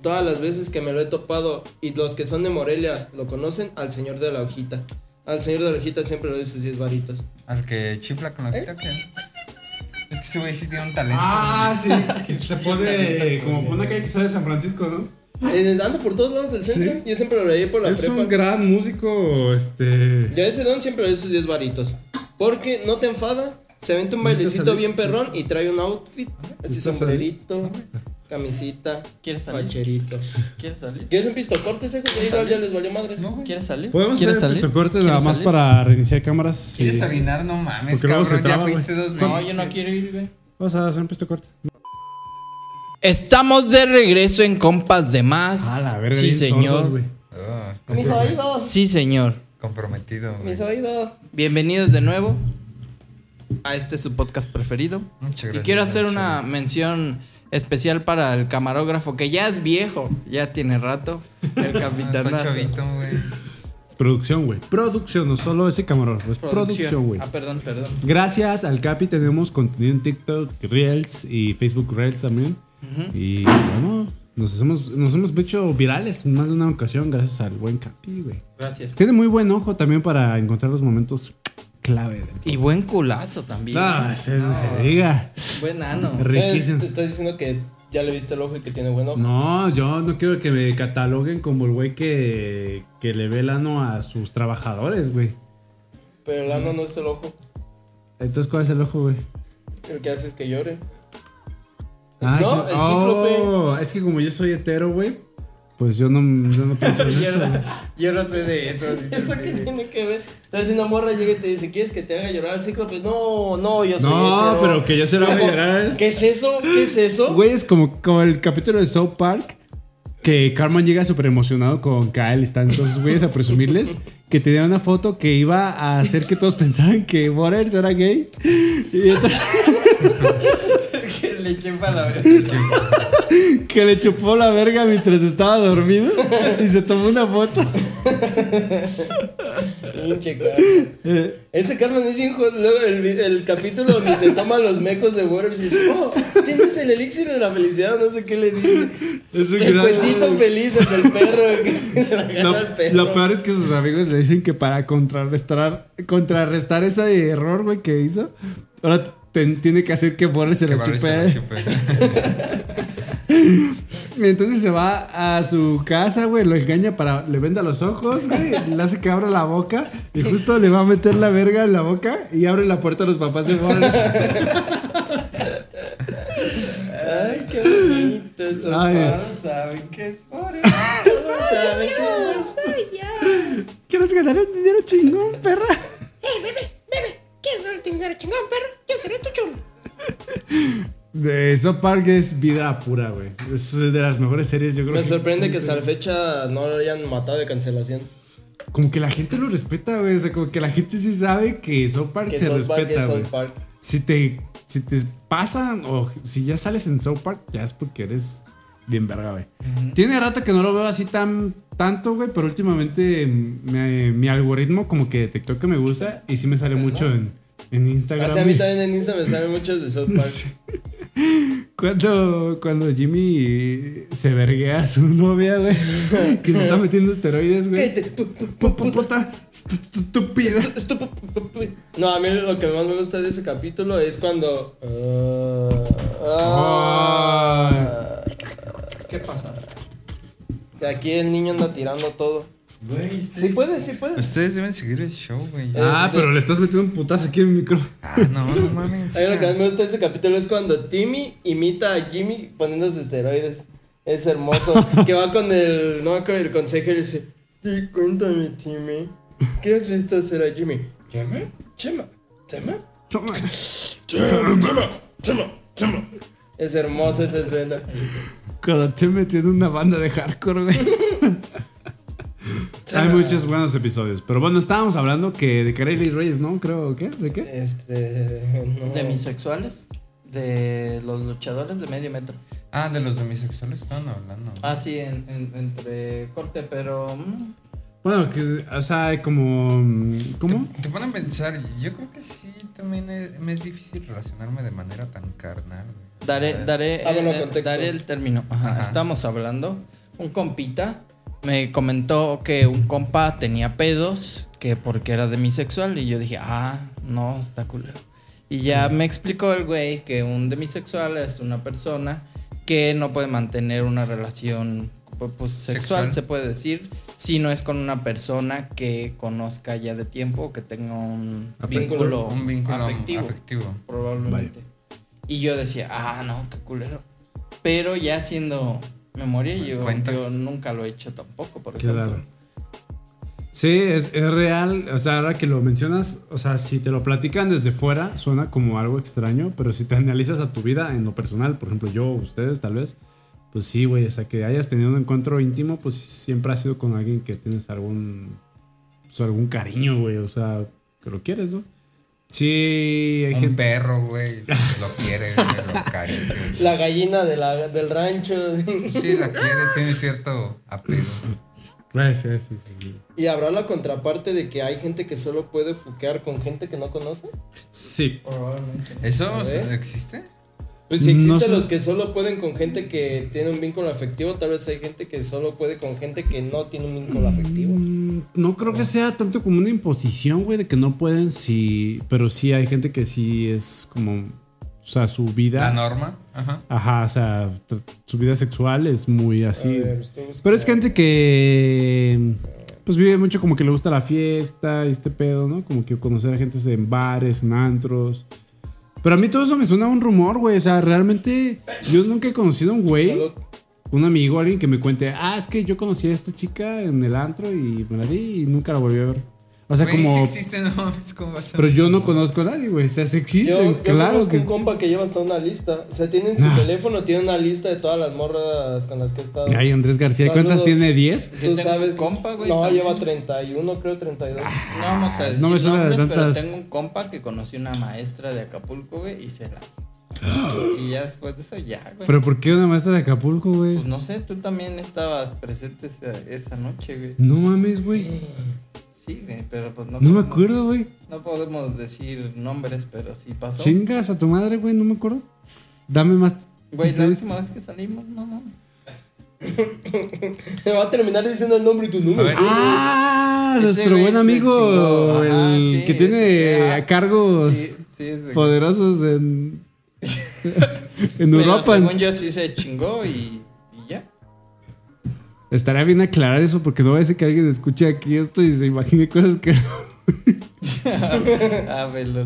todas las veces que me lo he topado y los que son de Morelia lo conocen, al señor de la hojita. Al señor de la hojita siempre le doy sus 10 varitos.
Al que chifla con la
¿Eh?
hojita, que Es que ese güey sí tiene un talento.
Ah, sí. que se pone como pone acá que sale de San Francisco, ¿no?
Eh, anda por todos lados del centro.
Sí.
Yo siempre lo leí por la
es
prepa.
un gran músico, este.
Yo a ese don siempre le doy sus 10 varitos. Porque no te enfada, se vende un
¿Necesitas
bailecito
salir?
bien perrón y trae un outfit. Así
¿Necesitas salir?
sombrerito, camisita,
¿Quieres salir?
facherito.
¿Quieres salir?
¿Quieres un pisto corto ese güey? Igual ya les valió madres.
No, güey.
¿Quieres salir?
Podemos
¿Quieres
hacer
salir?
esto corte nada
¿Quieres
más
salir?
para reiniciar cámaras. Sí.
¿Quieres orinar? No mames,
Porque luego se
cabrón, ya
traba,
fuiste dos
No,
veces.
yo no quiero ir, güey.
Vamos a hacer un pisto corte.
Estamos de regreso en Compas de Más.
A la verga,
sí,
bien sordos,
señor.
güey.
Ah,
Mis oídos.
sí, señor.
comprometido. güey.
Mis oídos.
Bienvenidos de nuevo a este su podcast preferido.
Muchas
Y
gracias,
quiero hacer
muchas
una mención especial para el camarógrafo que ya es viejo, ya tiene rato, el
Ah, Está
capitanazo.
chavito, güey.
Es producción, güey. Producción, no solo ese camarógrafo, es producción, güey.
Ah, perdón, perdón.
Gracias al Capi tenemos contenido en TikTok, Reels y Facebook Reels también. Y bueno, nos hemos, nos hemos hecho virales en más de una ocasión gracias al buen Capi, güey.
Gracias.
Tiene muy buen ojo también para encontrar los momentos clave. De...
Y buen culazo también.
No, se, no se diga.
Buen ano.
Riquísimo.
Entonces, te estás diciendo que ya le viste el ojo y que tiene buen ojo.
No, yo no quiero que me cataloguen como el güey que, que le ve el ano a sus trabajadores, güey.
Pero el ano no es el ojo.
Entonces, ¿cuál es el ojo, güey?
El que hace es que llore.
Ah,
No,
sí.
el
Oh, Es que como yo soy hetero, güey, pues yo no, yo no pienso en eso. güey.
Yo no sé de eso.
¿Eso qué tiene que ver? Entonces, si una morra llega y te dice, ¿quieres que te haga llorar al cíclope? No, no, yo soy
No,
hetero.
pero que yo se la haga
Luego,
llorar.
¿Qué es eso? ¿Qué es eso?
Güey, es como, como el capítulo de South Park que Carmen llega súper emocionado con Kyle y están todos esos güeyes a presumirles que tenía una foto que iba a hacer que todos pensaran que Waters era gay. Y entonces-
que le eché para la
que le chupó la verga mientras estaba dormido y se tomó una foto.
Pinche Carmen.
Eh,
Ese Carmen es bien jodido. Luego El, vi- el capítulo donde se toman los mecos de Waters y dice, oh, tienes el elixir de la felicidad, no sé qué le dice.
es un
El
gran-
cuentito feliz, el del perro. que se la gana
Lo,
al perro.
lo peor es que sus amigos le dicen que para contrarrestar, contrarrestar ese error, güey, que hizo, ahora ten- tiene que hacer que Borges se
Que pues.
la
vale,
chupe. a
se la
él.
chupe.
Y Entonces se va a su casa, güey, lo engaña para. Le venda los ojos, güey, le hace que abra la boca y justo le va a meter la verga en la boca y abre la puerta a los papás de Borges.
Ay, qué bonito eso.
Ay,
¿Saben qué es pobre?
¿Saben qué?
¿Quieres ganar un dinero chingón, perra? De eso Park es vida pura, güey. Es de las mejores series, yo creo.
Me
que-
sorprende que hasta la fecha no lo hayan matado de cancelación.
Como que la gente lo respeta, güey. O sea, como que la gente sí sabe que South Park
Que
se
South Park
respeta,
es
güey.
South Park.
Si te, si te pasan o si ya sales en South Park, ya es porque eres bien verga, güey. Tiene rato que no lo veo así tan tanto, güey, pero últimamente mm, me- mi algoritmo como que detectó que me gusta y sí me sale mucho en, en Instagram.
O sea, a mí
y-
también en Insta me saben muchos de South Park.
Cuando, cuando Jimmy se verguea a su novia, güey, que se está metiendo esteroides, güey.
Cállate, pu- pu- pu-
Pu- pu- Puta, estúpida.
esto pu- pu- pu- pu- No, a mí lo que más me gusta de ese capítulo es cuando. ah, ah.
¿Qué pasa?
Que aquí el niño anda tirando todo.
Güey,
Sí puedes, sí
Pues
puedes.
Ustedes deben seguir el show, güey.
Ah,
Este-
pero le estás metiendo un putazo aquí en el micrófono.
Ah, no, no mames.
A mí lo que más me gusta de ese capítulo es cuando Timmy imita a Jimmy poniéndose esteroides. Es hermoso. que va con el. No, con el consejero y dice: "Ti, Cuéntame, Timmy. ¿Qué has visto hacer a Jimmy? ¿Jimmy? ¿Chema? ¿Chema? este, ¡Chema! ¡Chema! ¡Chema! Es hermosa esa escena.
Cuando te metiendo una banda de hardcore, güey. Hay muchos buenos episodios. Pero bueno, estábamos hablando que de Carely Reyes, ¿no? Creo, ¿qué? ¿De qué?
Este.
Eh,
no.
De bisexuales, de los luchadores de medio metro.
Ah, de los demisexuales estaban hablando.
Ah, sí, en- en- entre corte, pero. mm,
Bueno, que, o sea, hay como... mm, ¿Cómo?
Te ponen a pensar, yo creo que sí, también es, me es difícil relacionarme de manera tan carnal. güey.
Daré, daré,
Ah, bueno,
eh,
contexto.
daré el término. Ajá,
Ajá.
Estamos hablando. Un compita me comentó que un compa tenía pedos, que porque era demisexual. Y yo dije, ah, no, está culero. Y ya me explicó el güey que un demisexual es una persona que no puede mantener una relación pues, sexual,
Sexual.
se puede decir, si no es con una persona que conozca ya de tiempo o que tenga un vínculo,
Un vínculo afectivo.
probablemente. Y yo decía, ah, no, qué culero. Pero ya haciendo memoria, yo,
Cuentas.
yo nunca lo he hecho tampoco, por
Qué
ejemplo.
raro. Sí, es, es real. O sea, ahora que lo mencionas, o sea, si te lo platican desde fuera, suena como algo extraño, pero si te analizas a tu vida en lo personal, por ejemplo, yo, ustedes, tal vez, pues sí, güey. O sea, que hayas tenido un encuentro íntimo, pues siempre ha sido con alguien que tienes algún, pues, algún cariño, güey. O sea, que lo quieres, ¿no? Sí, hay
Un
gente.
perro, güey. Lo quiere, güey, lo carece. güey. Pues
La gallina de la, del rancho.
Sí, la quieres, tiene cierto apego.
Puede ser, sí, sí, sí.
¿Y habrá la contraparte de que hay gente que solo puede fuquear con gente que no conoce?
Sí,
Probablemente.
¿Eso
A ver.
existe?
Pues si existen
No sé.
los que solo pueden con gente que tiene un vínculo afectivo, tal vez hay gente que solo puede con gente que no tiene un vínculo afectivo.
Mm, No creo que sea tanto como una imposición, güey, de que no pueden, sí, pero sí hay gente que sí es como, o sea, su
La
vida,
norma. Ajá.
ajá, o sea, t- su vida sexual es muy
A
así.
ver, estoy buscando.
Pero es gente que, pues vive mucho como que le gusta la fiesta y este pedo, ¿no? Como que conocer a gente en bares, en antros. Pero a mí todo eso me suena a un rumor, güey. O sea, realmente yo nunca he conocido a un güey
Solo-
un amigo, alguien que me cuente, ah, es que yo conocí a esta chica en el antro y me la di y nunca la volví a ver. O sea,
Güey, si
como...
existe, no mames, ¿cómo vas a...?
pero yo no conozco a nadie, güey. O sea, se
Yo,
existen,
yo
claro
conozco
que
un compa que lleva hasta una lista. O sea, tiene en su
Ah.
teléfono, tiene una lista de todas las morras con las que he estado.
existen. Ay, Andrés García, ¿cuántas
Saludos.
tiene? ¿10?
Yo
Tú
tengo
sabes.
un compa, güey,
No,
también.
lleva 31, creo 32.
Ah.
No vamos a decir
no me suena de
nombres, pero
tantas-
tengo un compa que conoció una maestra de Acapulco, güey, y se la. Y ya después de eso, ya, güey.
¿Pero por qué una maestra de Acapulco, güey?
Pues no sé, tú también estabas presente esa, esa noche, güey.
No mames, güey.
Sí, güey, pero pues no.
No me
podemos-
acuerdo, güey.
No podemos decir nombres, pero sí pasó.
Chingas a tu madre, güey, no me acuerdo. Dame más...
Güey, la última vez que salimos, no, no.
Te va a terminar diciendo el nombre y tu
A
número.
ver,
Ah,
Ese
nuestro
güey
buen
se
amigo,
chingó. Ajá,
el
sí,
que
ese que-
tiene
ah,
cargos...
Sí, sí, ese-
poderosos en, pues, en
Pero
Europa.
Según yo, sí se chingó y, y ya.
Estaría bien aclarar eso porque no va a ser que alguien escuche aquí esto y se imagine cosas que...
Ah, velo.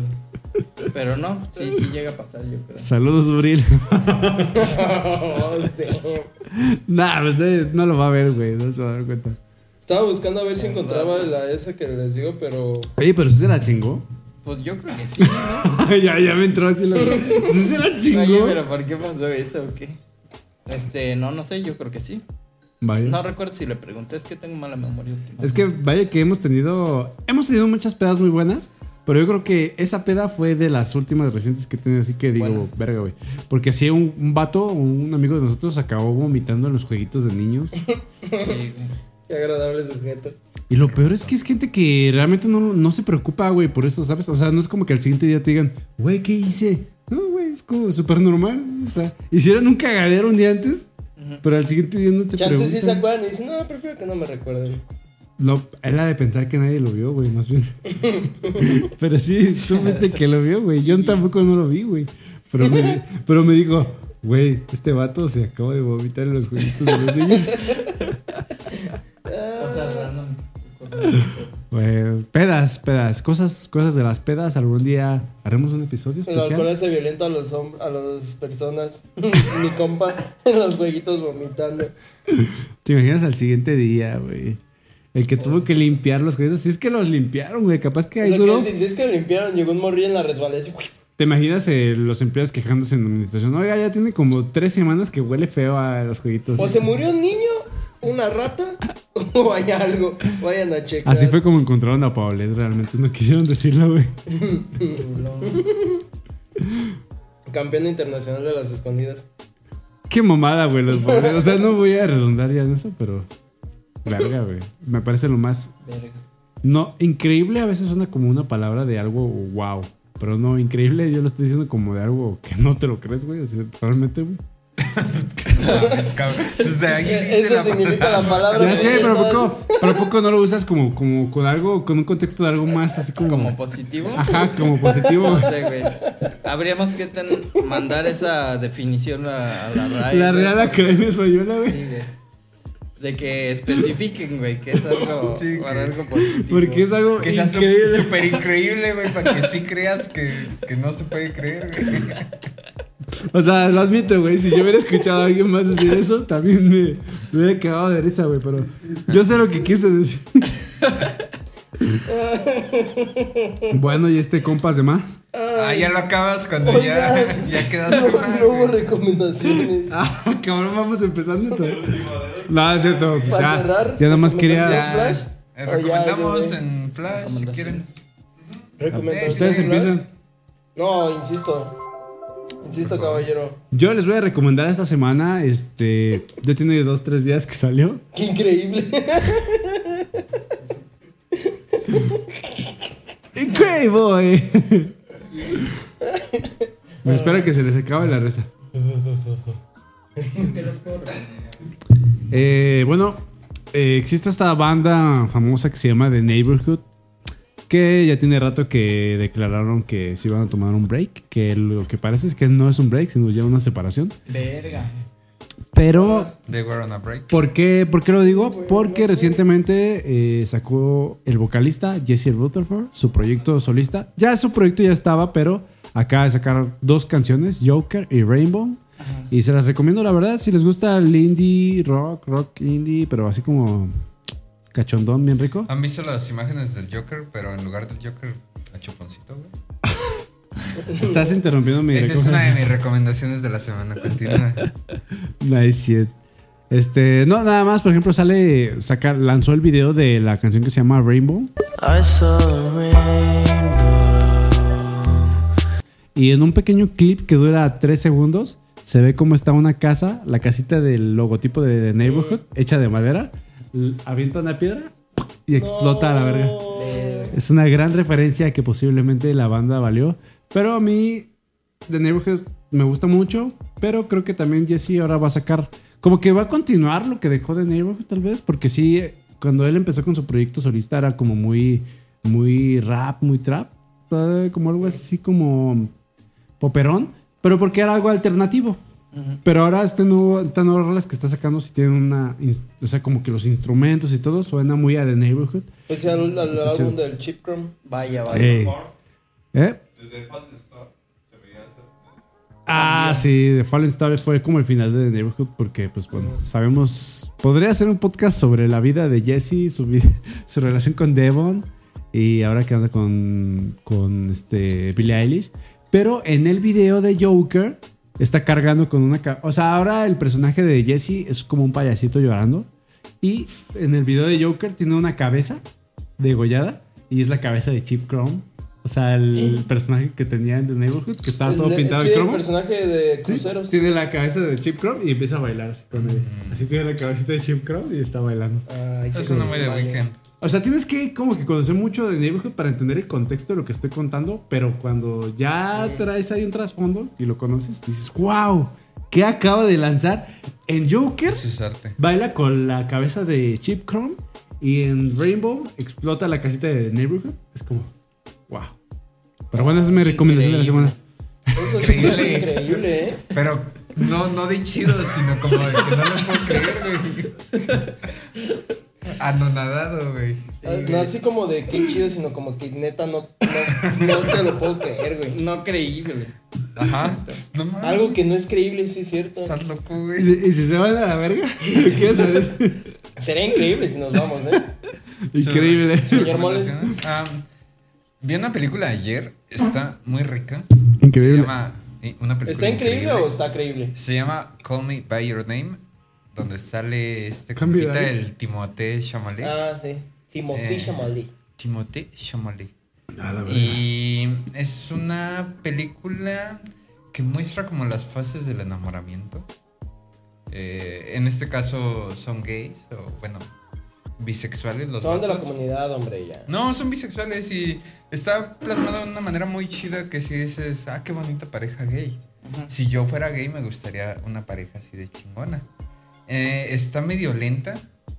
Pero no, sí, sí llega a pasar, yo creo.
Saludos, Bril.
Hostia.
nah, pues nadie- no lo va a ver, güey. No se va a dar cuenta.
Estaba buscando a ver si encontraba la esa que les digo, pero.
Oye, pero si se la chingó.
Pues yo creo que sí, ¿no?
ya, ya me entró así la... ¿Sí se la chingó?
Oye, pero ¿por qué pasó eso o qué? Este, no, no sé, yo creo que sí.
Vaya.
No recuerdo si le pregunté, es que tengo mala memoria última.
Es que vaya que hemos tenido... Hemos tenido muchas pedas muy buenas. Pero yo creo que esa peda fue de las últimas recientes que he tenido. Así que digo,
Buenas.
verga, güey. Porque así un, un vato, un amigo de nosotros, acabó vomitando en los jueguitos de niños.
Sí, güey.
Qué agradable sujeto.
Y lo peor es que es gente que realmente no, no se preocupa, güey, por eso, ¿sabes? O sea, no es como que al siguiente día te digan, güey, ¿qué hice? No, güey, es como súper normal. O sea, hicieron un cagadero un día antes, pero al siguiente día no te
Chances sí se
preguntan.
acuerdan y dicen, no, prefiero que no me recuerden.
No, era de pensar que nadie lo vio, güey, más bien. pero sí, tú fuiste que lo vio, güey. Yo tampoco no lo vi, güey. Pero me, pero me dijo, güey, este vato se acaba de vomitar en los jueguitos de los niños.
Cosas random.
Güey, pedas, pedas, cosas, cosas de las pedas. Algún día haremos un episodio
El alcohol
especial.
hace violento a los hom- a las personas. Mi compa en los jueguitos vomitando.
¿Te imaginas al siguiente día, güey? El que tuvo que limpiar los juegos. Si es que los limpiaron, güey. Capaz que ahí
Lo que
duró.
es, si es que limpiaron, llegó un morrillo en la resbalada y
¿Te imaginas eh, los empleados quejándose en la administración? Oiga, ya tiene como tres semanas que huele feo a los jueguitos.
O se murió un niño, una rata, o hay algo. Vayan a checar.
Así fue como encontraron a Paulette, realmente. No quisieron decirlo, güey.
Campeón internacional de las escondidas.
Qué mamada, güey. Los Paulette. O sea, no voy a redundar ya en eso, pero. Verga, güey. Me parece lo más
Verga.
No, increíble a veces suena como una palabra de algo wow. Pero no, increíble yo lo estoy diciendo como de algo que no te lo crees, güey. o sea, realmente, güey.
cabrón. Pues de ahí dice
Eso
la
significa
palabra.
la palabra.
Ya sé, pero
entonces-
poco, pero poco no lo usas como, como con algo, con un contexto de algo más así como.
Como positivo.
Ajá, como positivo.
No sé, güey. Habríamos que ten- mandar esa definición a, a la RAE.
La
güey.
Real Academia Española, güey.
Sí, güey. De que especifiquen, güey, que es algo,
Sí, que-
para algo positivo.
Porque es algo
Que sea su-
increíble.
súper increíble, güey, para que sí creas que, que no se puede creer, güey.
O sea, lo admito, güey. Si yo hubiera escuchado a alguien más decir eso, también me, me hubiera quedado de risa, güey. Pero yo sé lo que quise decir. Bueno, y este compas de más.
Ah, ya lo acabas cuando ya,
Oigan.
ya
No,
quedaste mal.
no hubo
güey.
recomendaciones.
Ah, cabrón, vamos empezando. No, es cierto.
Para
Ya,
cerrar.
ya nada más
recomendación.
quería.
Ya,
Flash?
eh,
O ya,
recomendamos
ya, ya.
en Flash si
Recomendación.
quieren.
Recomendaciones.
Ustedes
Sí,
empiezan.
No, insisto. Insisto, caballero.
Yo les voy a recomendar esta semana. Este. Ya tiene dos, tres días que salió.
Qué increíble.
Incredible. Boy. Me espera que se les acabe la reza. Eh, bueno, eh, existe esta banda famosa que se llama The Neighborhood. Que ya tiene rato que declararon que se iban a tomar un break. Que lo que parece es que no es un break, sino ya una separación.
Verga.
Pero
They were on a break.
¿Por qué, por qué lo digo? Porque recientemente eh, sacó el vocalista Jesse Rutherford su proyecto solista. Ya su proyecto ya estaba, pero acaba de sacar dos canciones, Joker y Rainbow. Y se las recomiendo, la verdad, si les gusta el indie, rock, rock indie, pero así como cachondón, bien rico.
¿Han visto las imágenes del Joker? Pero en lugar del Joker, a Chuponcito, güey.
Estás interrumpiendo mi
Esa es una de
recomendación.
mis recomendaciones de la semana. Continúa.
Nice shit. Este, no, nada más, por ejemplo, sale, saca, lanzó el video de la canción que se llama Rainbow.
I saw a rainbow.
Y en un pequeño clip que dura 3 segundos, se ve cómo está una casa, la casita del logotipo de The Neighborhood, hecha de madera. l- Avienta una piedra ¡pum! y explota a la verga. Es una gran referencia que posiblemente la banda valió. Pero a mí, The Neighborhood me gusta mucho. Pero creo que también Jesse ahora va a sacar. Como que va a continuar lo que dejó The Neighborhood, tal vez. Porque sí, cuando él empezó con su proyecto solista, era como muy, muy rap, muy trap. eh, Como algo así como poperón. Pero porque era algo alternativo. Pero ahora este nuevo, estas nuevas rolas que está sacando, si tienen una. ins- O sea, como que los instrumentos y todo suena muy a The Neighborhood.
Ese era el, el
Está
Pues, álbum
chido.
del Chip Chrome.
Vaya, vaya.
Eh, ¿Eh?
Desde Fan Stop se veía esa.
Ah, sí, The Fallen Star fue como el final de The Neighborhood porque, pues bueno, sabemos, podría hacer un podcast sobre la vida de Jesse, su, vi- su relación con Devon y ahora que anda con, con este, Billie Eilish. Pero en el video de Joker está cargando con una... ca- O sea, ahora el personaje de Jesse es como un payasito llorando y en el video de Joker tiene una cabeza degollada y es la cabeza de Chip Chrome. O sea, el personaje que tenía en The Neighborhood, que estaba todo
El-
pintado
sí,
de
el
cromo.
personaje de
Sí,
Cruceros.
tiene la cabeza de Chip Crow y empieza a bailar así con él. Así tiene la cabecita de Chip Crow y está bailando.
Ay,
Eso
sí,
suena muy de
vaya.
weekend.
O sea, tienes que como que conocer mucho de Neighborhood para entender el contexto de lo que estoy contando, pero cuando ya traes ahí un trasfondo y lo conoces, dices, wow, ¿qué acaba de lanzar? En Joker
Eso es arte.
baila con la cabeza de Chip Chrome y en Rainbow explota la casita de Neighborhood. Es como, wow. Pero bueno, esa es mi recomendación de la
Increíble.
semana.
Eso sí que es
Increíble.
increíble, ¿eh?
Pero no, no de chido, sino como de que no lo puedo creer, güey. Anonadado, güey.
Ah, No así como de qué chido, sino como que neta no, no, no te lo puedo creer, güey.
No creíble.
Ajá. Pss, No mames.
Algo que no es creíble, sí es cierto.
Estás loco,
¿Y
güey.
si, y si se van a la verga? ¿Qué sabes?
Sería increíble si nos vamos, ¿eh?
Increíble.
Sus
Señor Moles.
recomendaciones. Ah, vi una película ayer. Está muy rica.
Increíble.
Se llama, eh, una película
¿Está increíble o está creíble?
Se llama Call Me By Your Name. Donde sale este
Cambio de
compita,
aire.
el Timothée Chalamet.
Ah, sí. Timothy
Eh.
Chamalí.
Timothée Chalamet. Y es una película que muestra como las fases del enamoramiento. Eh, en este caso son gays o bueno, bisexuales los
Son de la
vatos.
comunidad, hombre, ya.
No, son bisexuales y está plasmado de una manera muy chida que si dices, ah, qué bonita pareja gay. Si yo fuera gay me gustaría una pareja así de chingona. Eh, está medio lenta,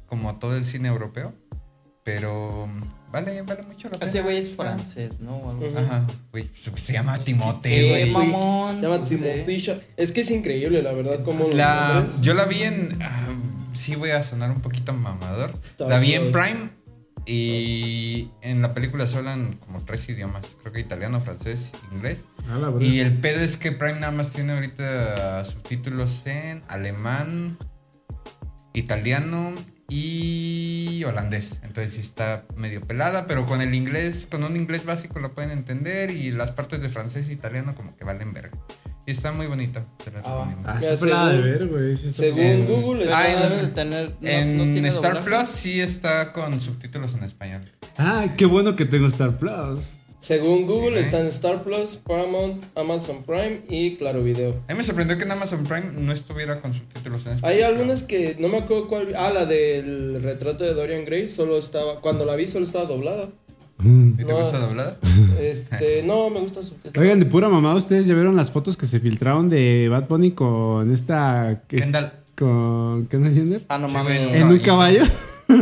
como todo el cine europeo, pero vale, vale mucho la pena.
Ese güey es francés, ¿no? O algo así.
Ajá, güey, se se llama Timoteo,
Eh,
güey.
mamón.
Se llama
pues, eh.
Timothy Chalamet. Es que es increíble, la verdad, cómo los
La,
nombres-
yo la vi en. ah, sí, voy a sonar un poquito mamador.
Star
la vi en
Wars.
Prime. Y en la película se hablan como tres idiomas: creo que italiano, francés, inglés.
A Ah, la verga.
Y el pedo es que Prime nada más tiene ahorita subtítulos en alemán, italiano y holandés. Entonces sí está medio pelada, pero con el inglés, con un inglés básico lo pueden entender y las partes de francés e italiano como que valen verga. Y está muy bonita, se las
Ah,
recomiendo.
Ah,
Mira,
está pelada de
según-
ver, güey. sí está-
Según
Pues, En-
Google
Ah,
está-
debe de tener. no-
en
no tiene
Star
doblaje.
Plus sí está con subtítulos en español.
Ah, qué bueno que tengo Star Plus.
según Google
Sí.
están Star Plus, Paramount, Amazon Prime y Claro Video.
A mí me sorprendió que en Amazon Prime no estuviera con subtítulos en español.
Hay algunas que no me acuerdo cuál. Ah, la del retrato de Dorian Gray solo estaba. Cuando la vi, solo estaba doblada.
Mm.
¿Y te
no.
gusta doblada?
Este, no, me gusta subtitular.
Oigan, de pura mamá, ¿ustedes ya vieron las fotos que se filtraron de Bad Bunny con esta... que-
Kendall.
Con Kendall Jenner?
Ah, no
Sí,
mames.
güey,
¿En un caballo?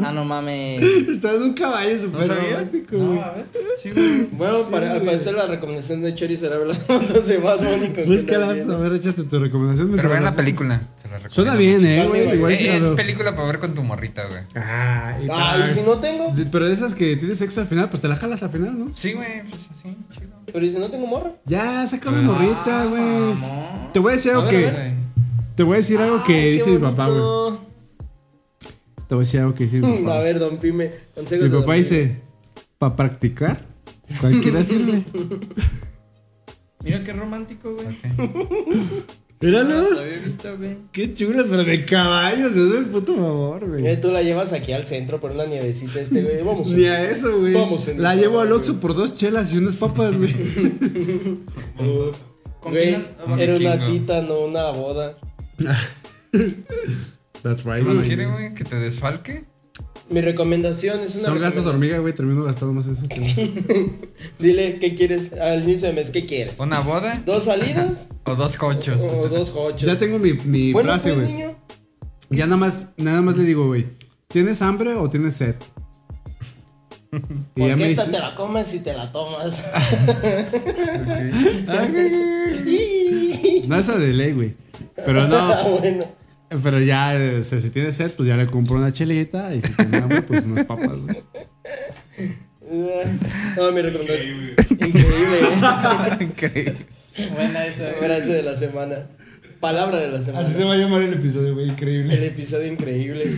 Ah, no mames.
Está en un caballo súper
sabías?
romántico,
No,
güey.
a ver.
Sí, güey.
Bueno, para, al parecer la recomendación de Chori será ver las fotos de Bad Bunny con
Búscalas,
Kendall
a
Jenner.
ver, échate tu recomendación.
Pero
mientras
vean la
las-
película. Se las recomiendo
Suena bien,
mucho.
eh, güey.
Vale,
Igual
Es,
sí la
es
veo.
película para ver con tu morrita, güey.
Ah, y
Ah, y si no tengo.
De- Pero de esas que tienes sexo al final, pues te la jalas al final, ¿no?
Sí, güey, pues así, chido.
Pero ¿y si no tengo morra.
Ya, saca una morrita, güey. Te voy a decir algo
Ah, A ver, a
que.
ver.
Te voy a decir algo que
Ay, qué
dice mi papá, güey.
bonito.
Te voy a decir algo que dice mi
A
papá.
ver, don Pime, consejos
Mi
de don
papá
Pime.
dice: para practicar, cualquiera sirve.
Mira qué romántico, güey. No los
Míralos.
había visto, güey.
Qué chulo, pero de caballos. Eso es el puto favor,
Eh,
güey.
tú la llevas aquí al centro por una nievecita este, güey. Vamos.
Ni a eso, güey.
Vamos en el
La llevo al
caballo,
Oxxo
güey.
por dos chelas y unas papas, güey.
¿Con
Güey,
quién? Ah, bueno,
era una
Vikingo.
cita, no una boda.
That's right,
¿Qué más
güey.
quiere, güey? ¿Que te desfalque?
Mi recomendación es una.
Son gastos
recomendación.
hormiga, güey. Termino gastando más eso que.
Dile, ¿qué quieres? Al inicio de mes, ¿qué quieres?
¿Una boda?
¿Dos salidas?
¿O dos cochos?
o dos coches.
Ya tengo mi, mi
bueno,
frase,
pues,
güey.
niño.
Ya nada más, nada más le digo, güey, ¿tienes hambre o tienes sed? Y ya
Porque
me
esta
dice,
te la comes y te la tomas. Ah,
no esa de ley, güey. Pero
Ah,
no,
bueno.
pero ya, o sea, si tiene sed, pues ya le compro una chelita y si tiene hambre, pues unas papas, güey.
No, Ah, mi recomendación. Increíble. ¿eh?
Increíble.
Buena esa, güey.
Frase de la semana. Palabra de la semana.
va a llamar el episodio, güey,
El
increíble.
episodio increíble.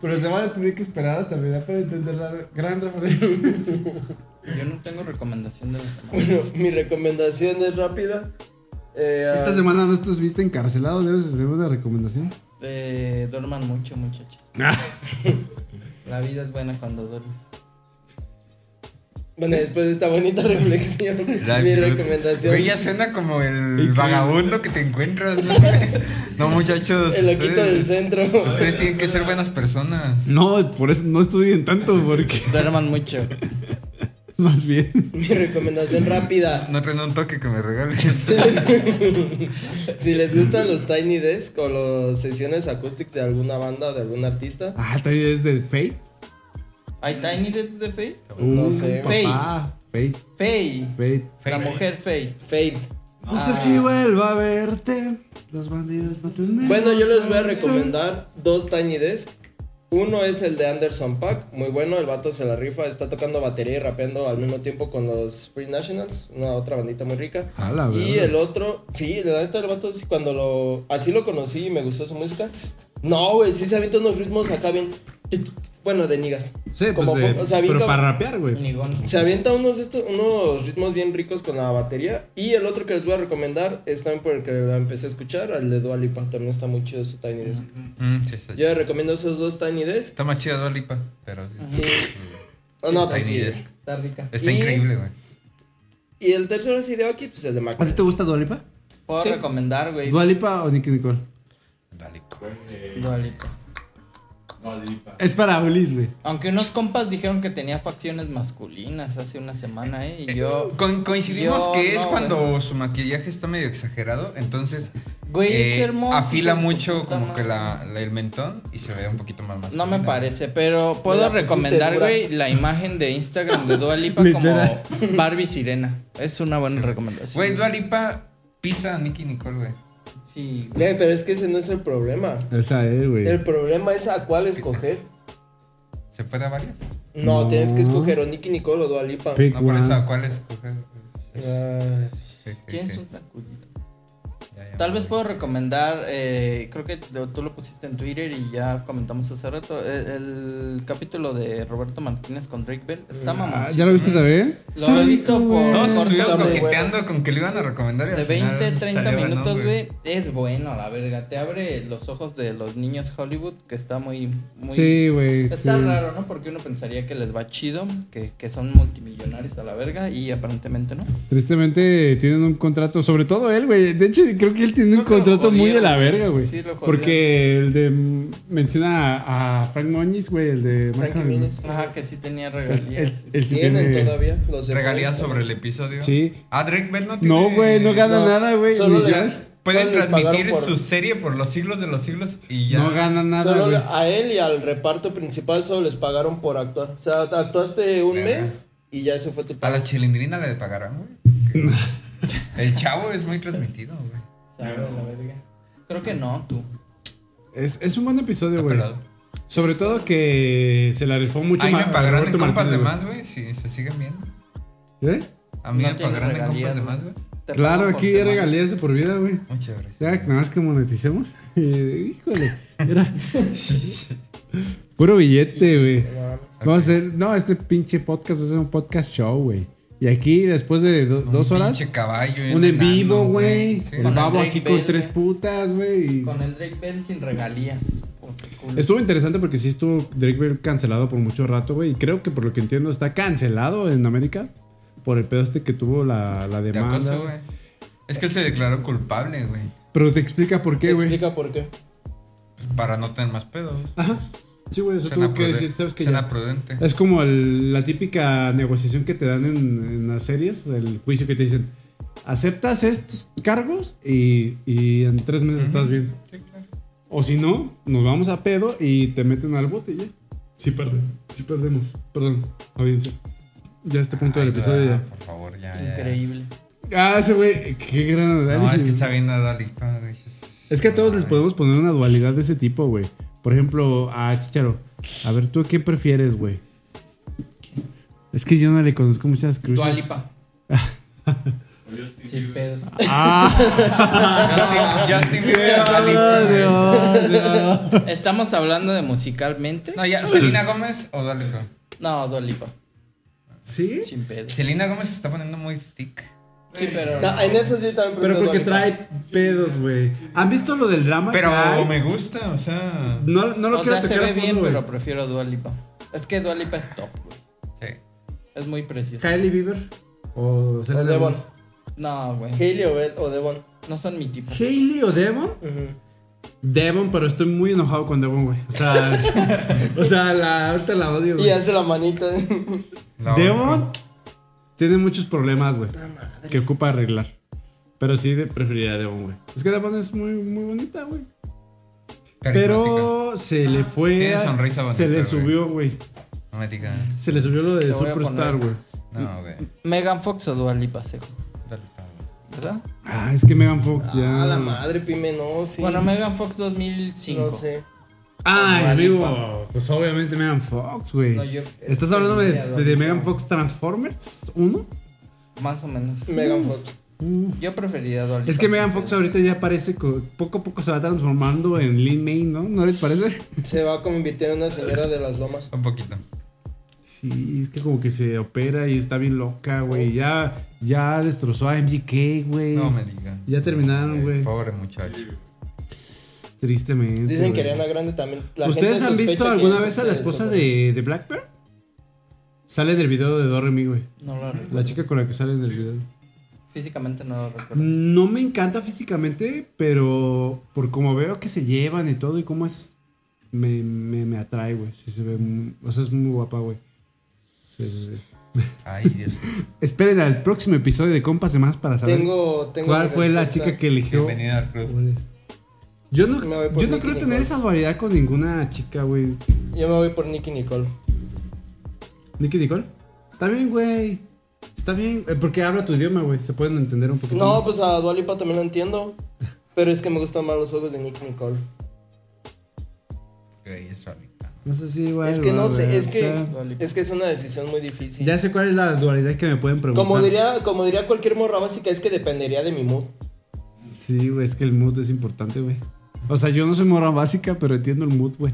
Pero se van a tener que esperar hasta Navidad para entender la gran referencia.
Oh, Yo no tengo recomendación de la semana.
Bueno, mi recomendación es rápida. Eh, ah,
Esta semana no estuviste encarcelado, debes tener una recomendación.
Eh, duerman mucho, muchachos. La vida es buena cuando duermes.
Bueno, después de esta bonita reflexión, mi recomendación.
Güey, ya suena como el
Increíble.
vagabundo que te encuentras, ¿no? no, muchachos.
El loquito del
ustedes-
centro.
Ustedes tienen que ser buenas personas.
No, por eso no estudien tanto, porque
Duerman mucho.
más bien.
Mi recomendación rápida.
No traen un toque que me regalen.
Si les gustan los Tiny Desk o las sesiones acústicas de alguna banda o de algún artista,
Ah, también es de Fate.
¿Hay Tiny Death de Faye?
no
Mm.
sé.
Fate.
Ah, Fate,
Faye.
Fate.
La mujer Faye.
Fade.
No sé
Ah.
si vuelva a verte. Los bandidos no tendrán.
Bueno, yo les voy a recomendar dos Tiny Desk. Uno es el de Anderson Pack, muy bueno, el vato se la rifa, está tocando batería y rapeando al mismo tiempo con los Free Nationals, una otra bandita muy rica.
Ah,
A la
y
verga.
el otro, sí, la neta el vato sí, cuando lo así lo conocí y me gustó su música. No, güey, sí se avienta unos ritmos acá bien bueno, de niggas.
Sí, pues
Como
de-
fo- o sea, bien cab-
pero para rapear, güey.
Nigón.
Se avienta unos, de estos- unos ritmos bien ricos con la batería. Y el otro que les voy a recomendar es también por el que la empecé a escuchar, el de Dua Lipa. También está muy chido su Tiny Desk.
Mm, sí, está,
Yo les recomiendo esos dos Tiny Desk.
está más chida Dua Lipa, pero sí está-
Sí. No, no,
Tiny
pues sí.
Desk.
Está rica.
Está
Y-
increíble, güey.
Y el tercero es de aquí, pues el de Mac.
¿A ti te gusta Dualipa?
Puedo recomendar, güey.
¿Dualipa Eh, o Nicky Nicole?
Dua Lipa.
Dua Lipa.
Es para Ulis, güey.
Aunque unos compas dijeron que tenía facciones masculinas hace una semana, ¿eh? Y yo.
Con- coincidimos
Yo
que es
no,
cuando su maquillaje está medio exagerado, entonces
Güey, es
eh,
hermoso,
afila
hijo de tu
mucho
puta
como que
madre.
la, la- el mentón y se ve un poquito más más.
No me parece, pero puedo
la pusiste
recomendar,
dura.
güey, la imagen de Instagram de Dua Lipa como
Literal.
Barbie Sirena. Es una buena recomendación.
Güey, Dua Lipa pisa a Nicky Nicole, güey.
Sí, güey.
Güey, pero es que ese no es el problema.
Esa es,
El
güey.
problema es a cuál escoger.
¿Se puede a varias?
No,
No.
tienes que escoger o Nicky Nicole o Dua Lipa.
Pick
No, por eso,
one.
¿a cuál escoger?
Ay.
Sí, sí,
¿Quién es
sí.
un sacudito?
Ya, ya,
Tal vez puedo recomendar, eh, creo que lo- tú lo pusiste en Twitter y ya comentamos hace rato, eh, el, capítulo de Roberto Martínez con Drake Bell. Está mamón.
Ah, ¿Ya lo viste también?
Lo he visto por
Todos
corto
estuvieron
de-
coqueteando con que le iban a recomendar. y al
De
final
20, 30
salió ganando,
minutos, güey. Es bueno, la verga. Te abre los ojos de los niños Hollywood, que está muy. muy
Sí, güey.
Está
sí.
raro, ¿no? Porque uno pensaría que les va chido, que, que son multimillonarios a la verga, y aparentemente no.
Tristemente tienen un contrato, sobre todo él, güey. De hecho, creo que él tiene un
Creo que lo
contrato muy de
jodieron,
la
güey.
verga, güey.
Sí, lo jodieron.
Porque el de. mm, Menciona a, a Frank Moñiz, güey, el de.
Frankie
Malcolm-
Muniz.
Ajá, que sí tenía
El, el,
regalías.
el sí
Tienen
Este tiene-
todavía los de
Regalías
Friends,
sobre
¿no?
el episodio.
Sí.
Ah, Drake Bell no tiene.
No, güey, no gana
No,
nada, güey.
solo
ni
O
le-
ya-
sea, pueden
Solo les
transmitir
pagaron por-
su serie por los siglos de los siglos y ya.
No gana nada,
Solo
güey.
a él y al reparto principal solo les pagaron por actuar. O sea, actuaste un
Verga.
mes y ya eso fue tu
A
pago.
la chilindrina le pagarán, güey. Que- El chavo es muy transmitido, güey.
Creo que no, tú.
Es, es un buen episodio,
Está
güey.
pelado.
Sobre todo que se la rifó mucho
Ahí me
ma- a
pagarán en
Roberto
compas de
Martínez,
más, güey, si se siguen viendo.
güey. ¿Eh?
A mí
No
me
tiene
pagarán en compas
regalías,
de
güey.
más, güey.
Te
Claro,
pagan por
aquí hay
semana.
regalías de por vida, güey.
Muchas gracias.
Ya, nada más que moneticemos. Híjole, era. Puro billete, güey. Vamos a hacer. No, este pinche podcast es un podcast show, güey. Y aquí, después de do- dos
Un
horas,
Pinche caballo. y
un en
enano,
vivo, güey.
Sí.
El
Con
babo
Drake
aquí con
Bell,
tres
güey.
putas, güey. y-
Con el Drake Bell sin regalías. por tu culo.
Estuvo interesante porque sí estuvo Drake Bell cancelado por mucho rato, güey. Y creo que por lo que entiendo está cancelado en América por el pedo este que tuvo la, la
De
demanda.
acoso, güey. Es que se declaró culpable, güey.
Pero te explica por
¿Te
qué, güey.
explica por qué?
Pues Para no tener más pedos.
Ajá. Sí, güey, eso
Suena
tuvo que
pruden-
decir, ¿sabes qué?
suena prudente.
Es como el- la típica negociación que te dan en, en las series, el juicio que te dicen, aceptas estos cargos y, y en tres meses estás bien.
Sí, claro.
O si no, nos vamos a pedo y te meten al bote y ya. Sí, perde, sí perdemos. Perdón, audiencia. Ya a este punto
Ay,
del episodio
no,
ya.
Por favor, ya. ya.
Increíble.
Ah, ese güey, qué gran
No,
análisis.
es que está bien a Dalipa, güey.
Es que a todos les
Ay.
podemos poner una dualidad de ese tipo, güey. Por ejemplo, a Chicharo. A ver, ¿tú qué prefieres, güey? Es que yo no le conozco muchas cruces.
Dualipa. Sin pedo.
Justin Justin Bieber a Dalipa. güey.
¿Estamos hablando de musicalmente?
No, ya, Selena Gómez o Dalipa.
No, Dualipa.
¿Sí? eh,
Sin pedo. Sí,
Selena Gómez se está poniendo muy thick.
pero.
No, en eso sí también
Pero
prefiero
porque
Dua Lipa.
trae pedos, güey. ¿Han visto lo del drama?
Pero
que hay?
me gusta, o sea.
No, no lo
o
quiero
sea, se
tocar a
ve
fondo,
bien,
güey.
pero prefiero Dualipa. Es que Dualipa es top, güey.
Sí.
Es muy precioso.
¿Kylie Bieber? ¿O
O
Selena
Devon.
Gomez?
No, güey.
Hailey o, Bel- o Devon.
No son mi tipo.
¿Hailey o Devon?
Ujú.
Devon, pero estoy muy enojado con Devon, güey. O sea, o sea la, ahorita la odio, güey.
Y hace la manita.
No,
Devon tiene muchos problemas, güey. Que ocupa arreglar. Pero sí de- preferiría a Devon, güey. Es que Devon es muy, muy bonita, güey.
carismática.
Pero se le fue.
Tiene
a-
sonrisa bonita,
Se le
güey.
subió, güey.
No me digas.
Se le subió lo de
Te voy a
Superstar,
poner
güey.
No, güey.
Megan Fox o Dualipa, Sejo.
Dalipa, güey.
¿Verdad?
Ah, es que Megan Fox ya.
A Ah, la madre, pime, no, sí.
Bueno, Megan Fox 2005.
No sé.
Ay,
Dua Lipa.
amigo. Pues obviamente Megan Fox, güey.
No, yo-
¿Estás hablando de,
Dua
de- de
Lipa.
Megan Fox Transformers 1?
Más o menos.
Megan Fox.
Yo preferiría Dualipa.
Es que Megan Fox ahorita ya parece. co- Poco a poco se va transformando en Lin May, ¿no? ¿No les parece?
Se va a convertir en una señora de las lomas.
Un poquito.
Sí, es que como que se opera y está bien loca, güey. Ya, ya destrozó a MGK, güey.
No me digas.
Ya terminaron, güey.
Pobre muchacho.
Tristemente.
Dicen que
güey.
Ariana Grande también. la
¿Ustedes
gente
han
sospecha
visto
que
alguna
es
vez a la
de
esposa
Superman.
de, de Black Bear? Sale en el video de Doremi, güey.
No lo recuerdo.
La chica con la que sale en el video.
Físicamente no lo recuerdo.
No me encanta físicamente, pero por como veo que se llevan y todo y cómo es, me, me, me atrae, güey. Sí, se ve. muy- o sea, es muy guapa, güey. Sí, sí, sí.
Ay, Dios.
Esperen al próximo episodio de Compas de Más para saber
Tengo, tengo
¿Cuál
mi
fue la
respuesta.
chica que eligió?
Bienvenida al club.
Yo no,
Me voy por
yo no
Nicki
creo tener
Nicole.
esa dualidad con ninguna chica, güey.
Yo me voy por Nicky Nicole.
Nicky Nicole. Está bien, güey. Está bien. eh, Porque habla tu idioma, güey. Se pueden entender un poquito.
No,
más.
pues a Dua Lipa también lo entiendo. Pero es que me gustan más los ojos de Nicky Nicole.
Güey, es solita.
No sé si, güey.
es que no
güey,
sé, es que,
está-
es que es una decisión muy difícil.
Ya sé cuál es la dualidad que me pueden preguntar.
como diría, como diría cualquier morra básica, es que dependería de mi mood.
Sí, güey, es que el mood es importante, güey. O sea, yo no soy morra básica, pero entiendo el mood, güey.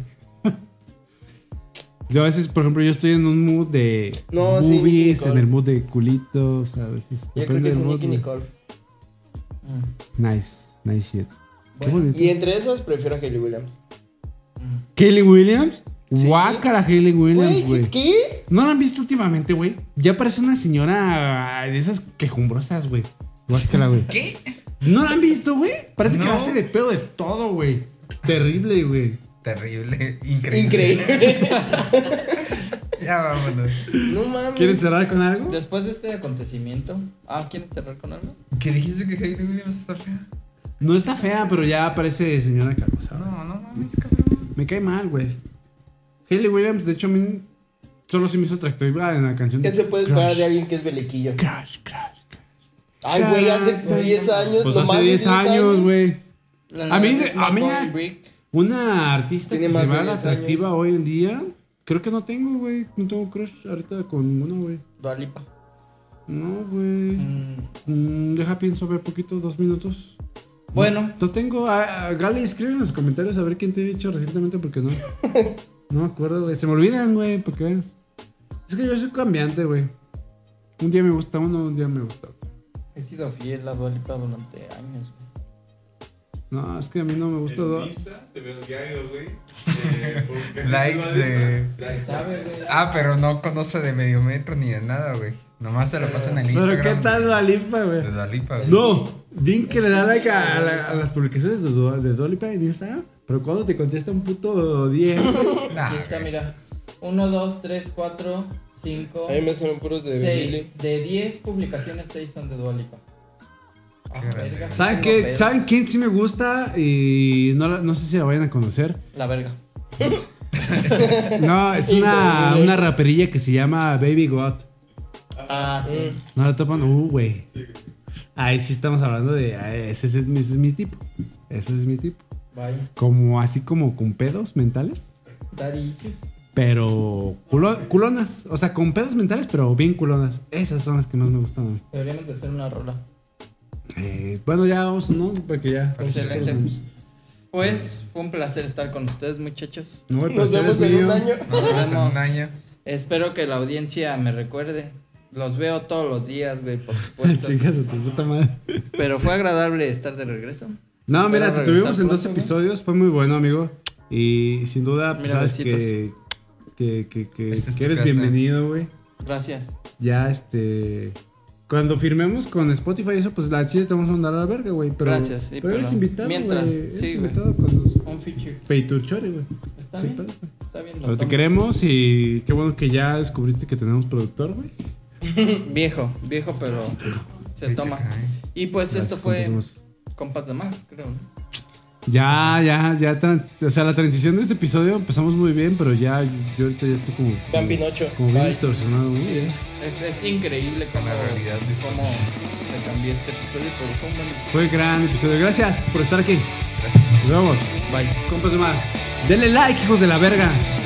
Yo a veces, por ejemplo, yo estoy en un mood de
No, sí, Nicki
boobies,
Nicole.
en el mood de culito, o sea, a veces
Yo creo que
depende
es
del mood.
Nicky
güey.
Nicole.
Nice, nice shit. Qué
Bueno,
bonito.
y entre esas prefiero a Hayley Williams.
¿Hayley Williams?
Sí.
Guácara Hayley Williams,
Güey,
güey.
¿qué?
¿No la han visto últimamente, güey? Ya parece una señora de esas quejumbrosas, güey. Guácara, güey.
¿Qué?
¿No la han visto, güey? Parece que
No.
hace de pedo de todo, güey. Terrible, güey.
Terrible, increíble.
Increíble.
Ya vámonos.
no mames.
¿Quieren cerrar con algo?
Después de este acontecimiento. Ah, ¿quieren cerrar con algo?
¿Qué dijiste que Hayley Williams está fea?
No está fea, pero ya parece señora Carlos.
No, no mames, cabrón.
Me cae mal, güey. Hayley Williams, de hecho, a mí solo se me hizo atractiva en la canción
¿Qué se puede
Crash,
esperar de alguien que es belequillo?
Crash, crash, crash.
Ay, güey, hace
Crash.
10 años.
Pues
nomás
hace 10 años, güey.
La-
A mí-
la- la
a mí-
Bobby Brick.
Una artista
Tiene
que se
más de
va
10
atractiva hoy en día. Creo que no tengo, güey. No tengo crush ahorita con ninguna, güey.
Dua Lipa.
No, güey.
Mm,
Mm, deja pienso a ver poquito, dos minutos.
Bueno,
No tengo. A, a Gali, escribe en los comentarios a ver quién te he dicho recientemente porque no. No me acuerdo, güey. Se me olvidan, güey, porque ves. Es que yo soy cambiante, güey. Un día me gusta uno, un día me gusta otro.
he sido fiel a Dua Lipa durante años. güey.
No, es que a mí no me gusta dos.
Insta, te veo diario, güey. eh, por casi
Likes
toda la
de-
lista. Likes.
¿Sabe, güey?
Ah, pero no conoce de medio metro ni de nada, güey. Nomás se la pasa en el
Pero
Instagram.
qué tal
de-
Dualipa, güey.
De Dalipa, güey.
No, Din que le da like a, la- a las publicaciones de, Dua- de Dolipa en Instagram, pero cuando te contesta un puto 10.
Nah,
Aquí está, mira. 1, 2, 3, 4, 5,
A mí me salen puros de Billie.
6. De 10 publicaciones, 6 son de Dua Lipa. Ah,
grande.
verga,
¿Saben,
tengo
qué,
pedos.
¿Saben quién sí me gusta? Y no, la- no sé si la vayan a conocer.
La verga.
No, es una, una raperilla que se llama Baby God.
Ah, sí.
No la topan, uh, güey. Ahí sí estamos hablando de. ah, Ese, es- ese es mi tipo. Ese es mi tipo.
Vaya.
Como así como con pedos mentales.
Daddy.
Pero culo- culonas. O sea, con pedos mentales, pero bien culonas. Esas son las que más me gustan a mí.
Deberíamos de hacer una rola.
Eh, bueno, ya vamos, ¿no? Porque ya.
Excelente. Pues fue un placer estar con ustedes, muchachos.
No, el
Nos
placer
vemos
es
en un
mío.
año.
Nos vemos en
Vemos.
un año.
Espero que la audiencia me recuerde. Los veo todos los días, güey, por supuesto.
Chicas, a tu puta madre.
Pero fue agradable estar de regreso.
No,
Espero
mira, te
regresar
tuvimos en
pronto,
dos
güey.
episodios, fue muy bueno, amigo. Y sin duda, pues,
Mira,
sabes
besitos.
que, que, que, que-
Esta es
que
tu
eres
casa.
bienvenido, güey.
Gracias.
Ya, este. Cuando firmemos con Spotify, eso, pues la chile te vamos a mandar a la verga, güey. Pero,
Gracias, sí,
pero eres
pero
invitado,
mientras,
güey. Eres
sí, güey.
invitado con los
Un feature.
Peiturchore, güey.
Está
Sí,
bien.
pero-
Está bien. lo
Pero te
tomo.
queremos y qué bueno que ya descubriste que tenemos productor, güey.
Viejo, viejo, pero se
Ahí
toma.
cae.
Y pues esto
Gracias,
fue
compas,
compas de más, creo. ¿no?
Ya, ya, ya. tran- O sea, la transición de este episodio empezamos muy bien, pero ya, yo ahorita ya estoy como.
Vean Pinocho.
Como bien
Bye.
distorsionado, güey.
Sí, ¿eh? es, es increíble cómo,
¿eh? La realidad de
cómo se cambió este episodio, pero fue un buen
Fue gran episodio. Gracias por estar aquí.
Gracias.
Nos vemos.
Bye.
Compas de más. Denle like, hijos de la verga.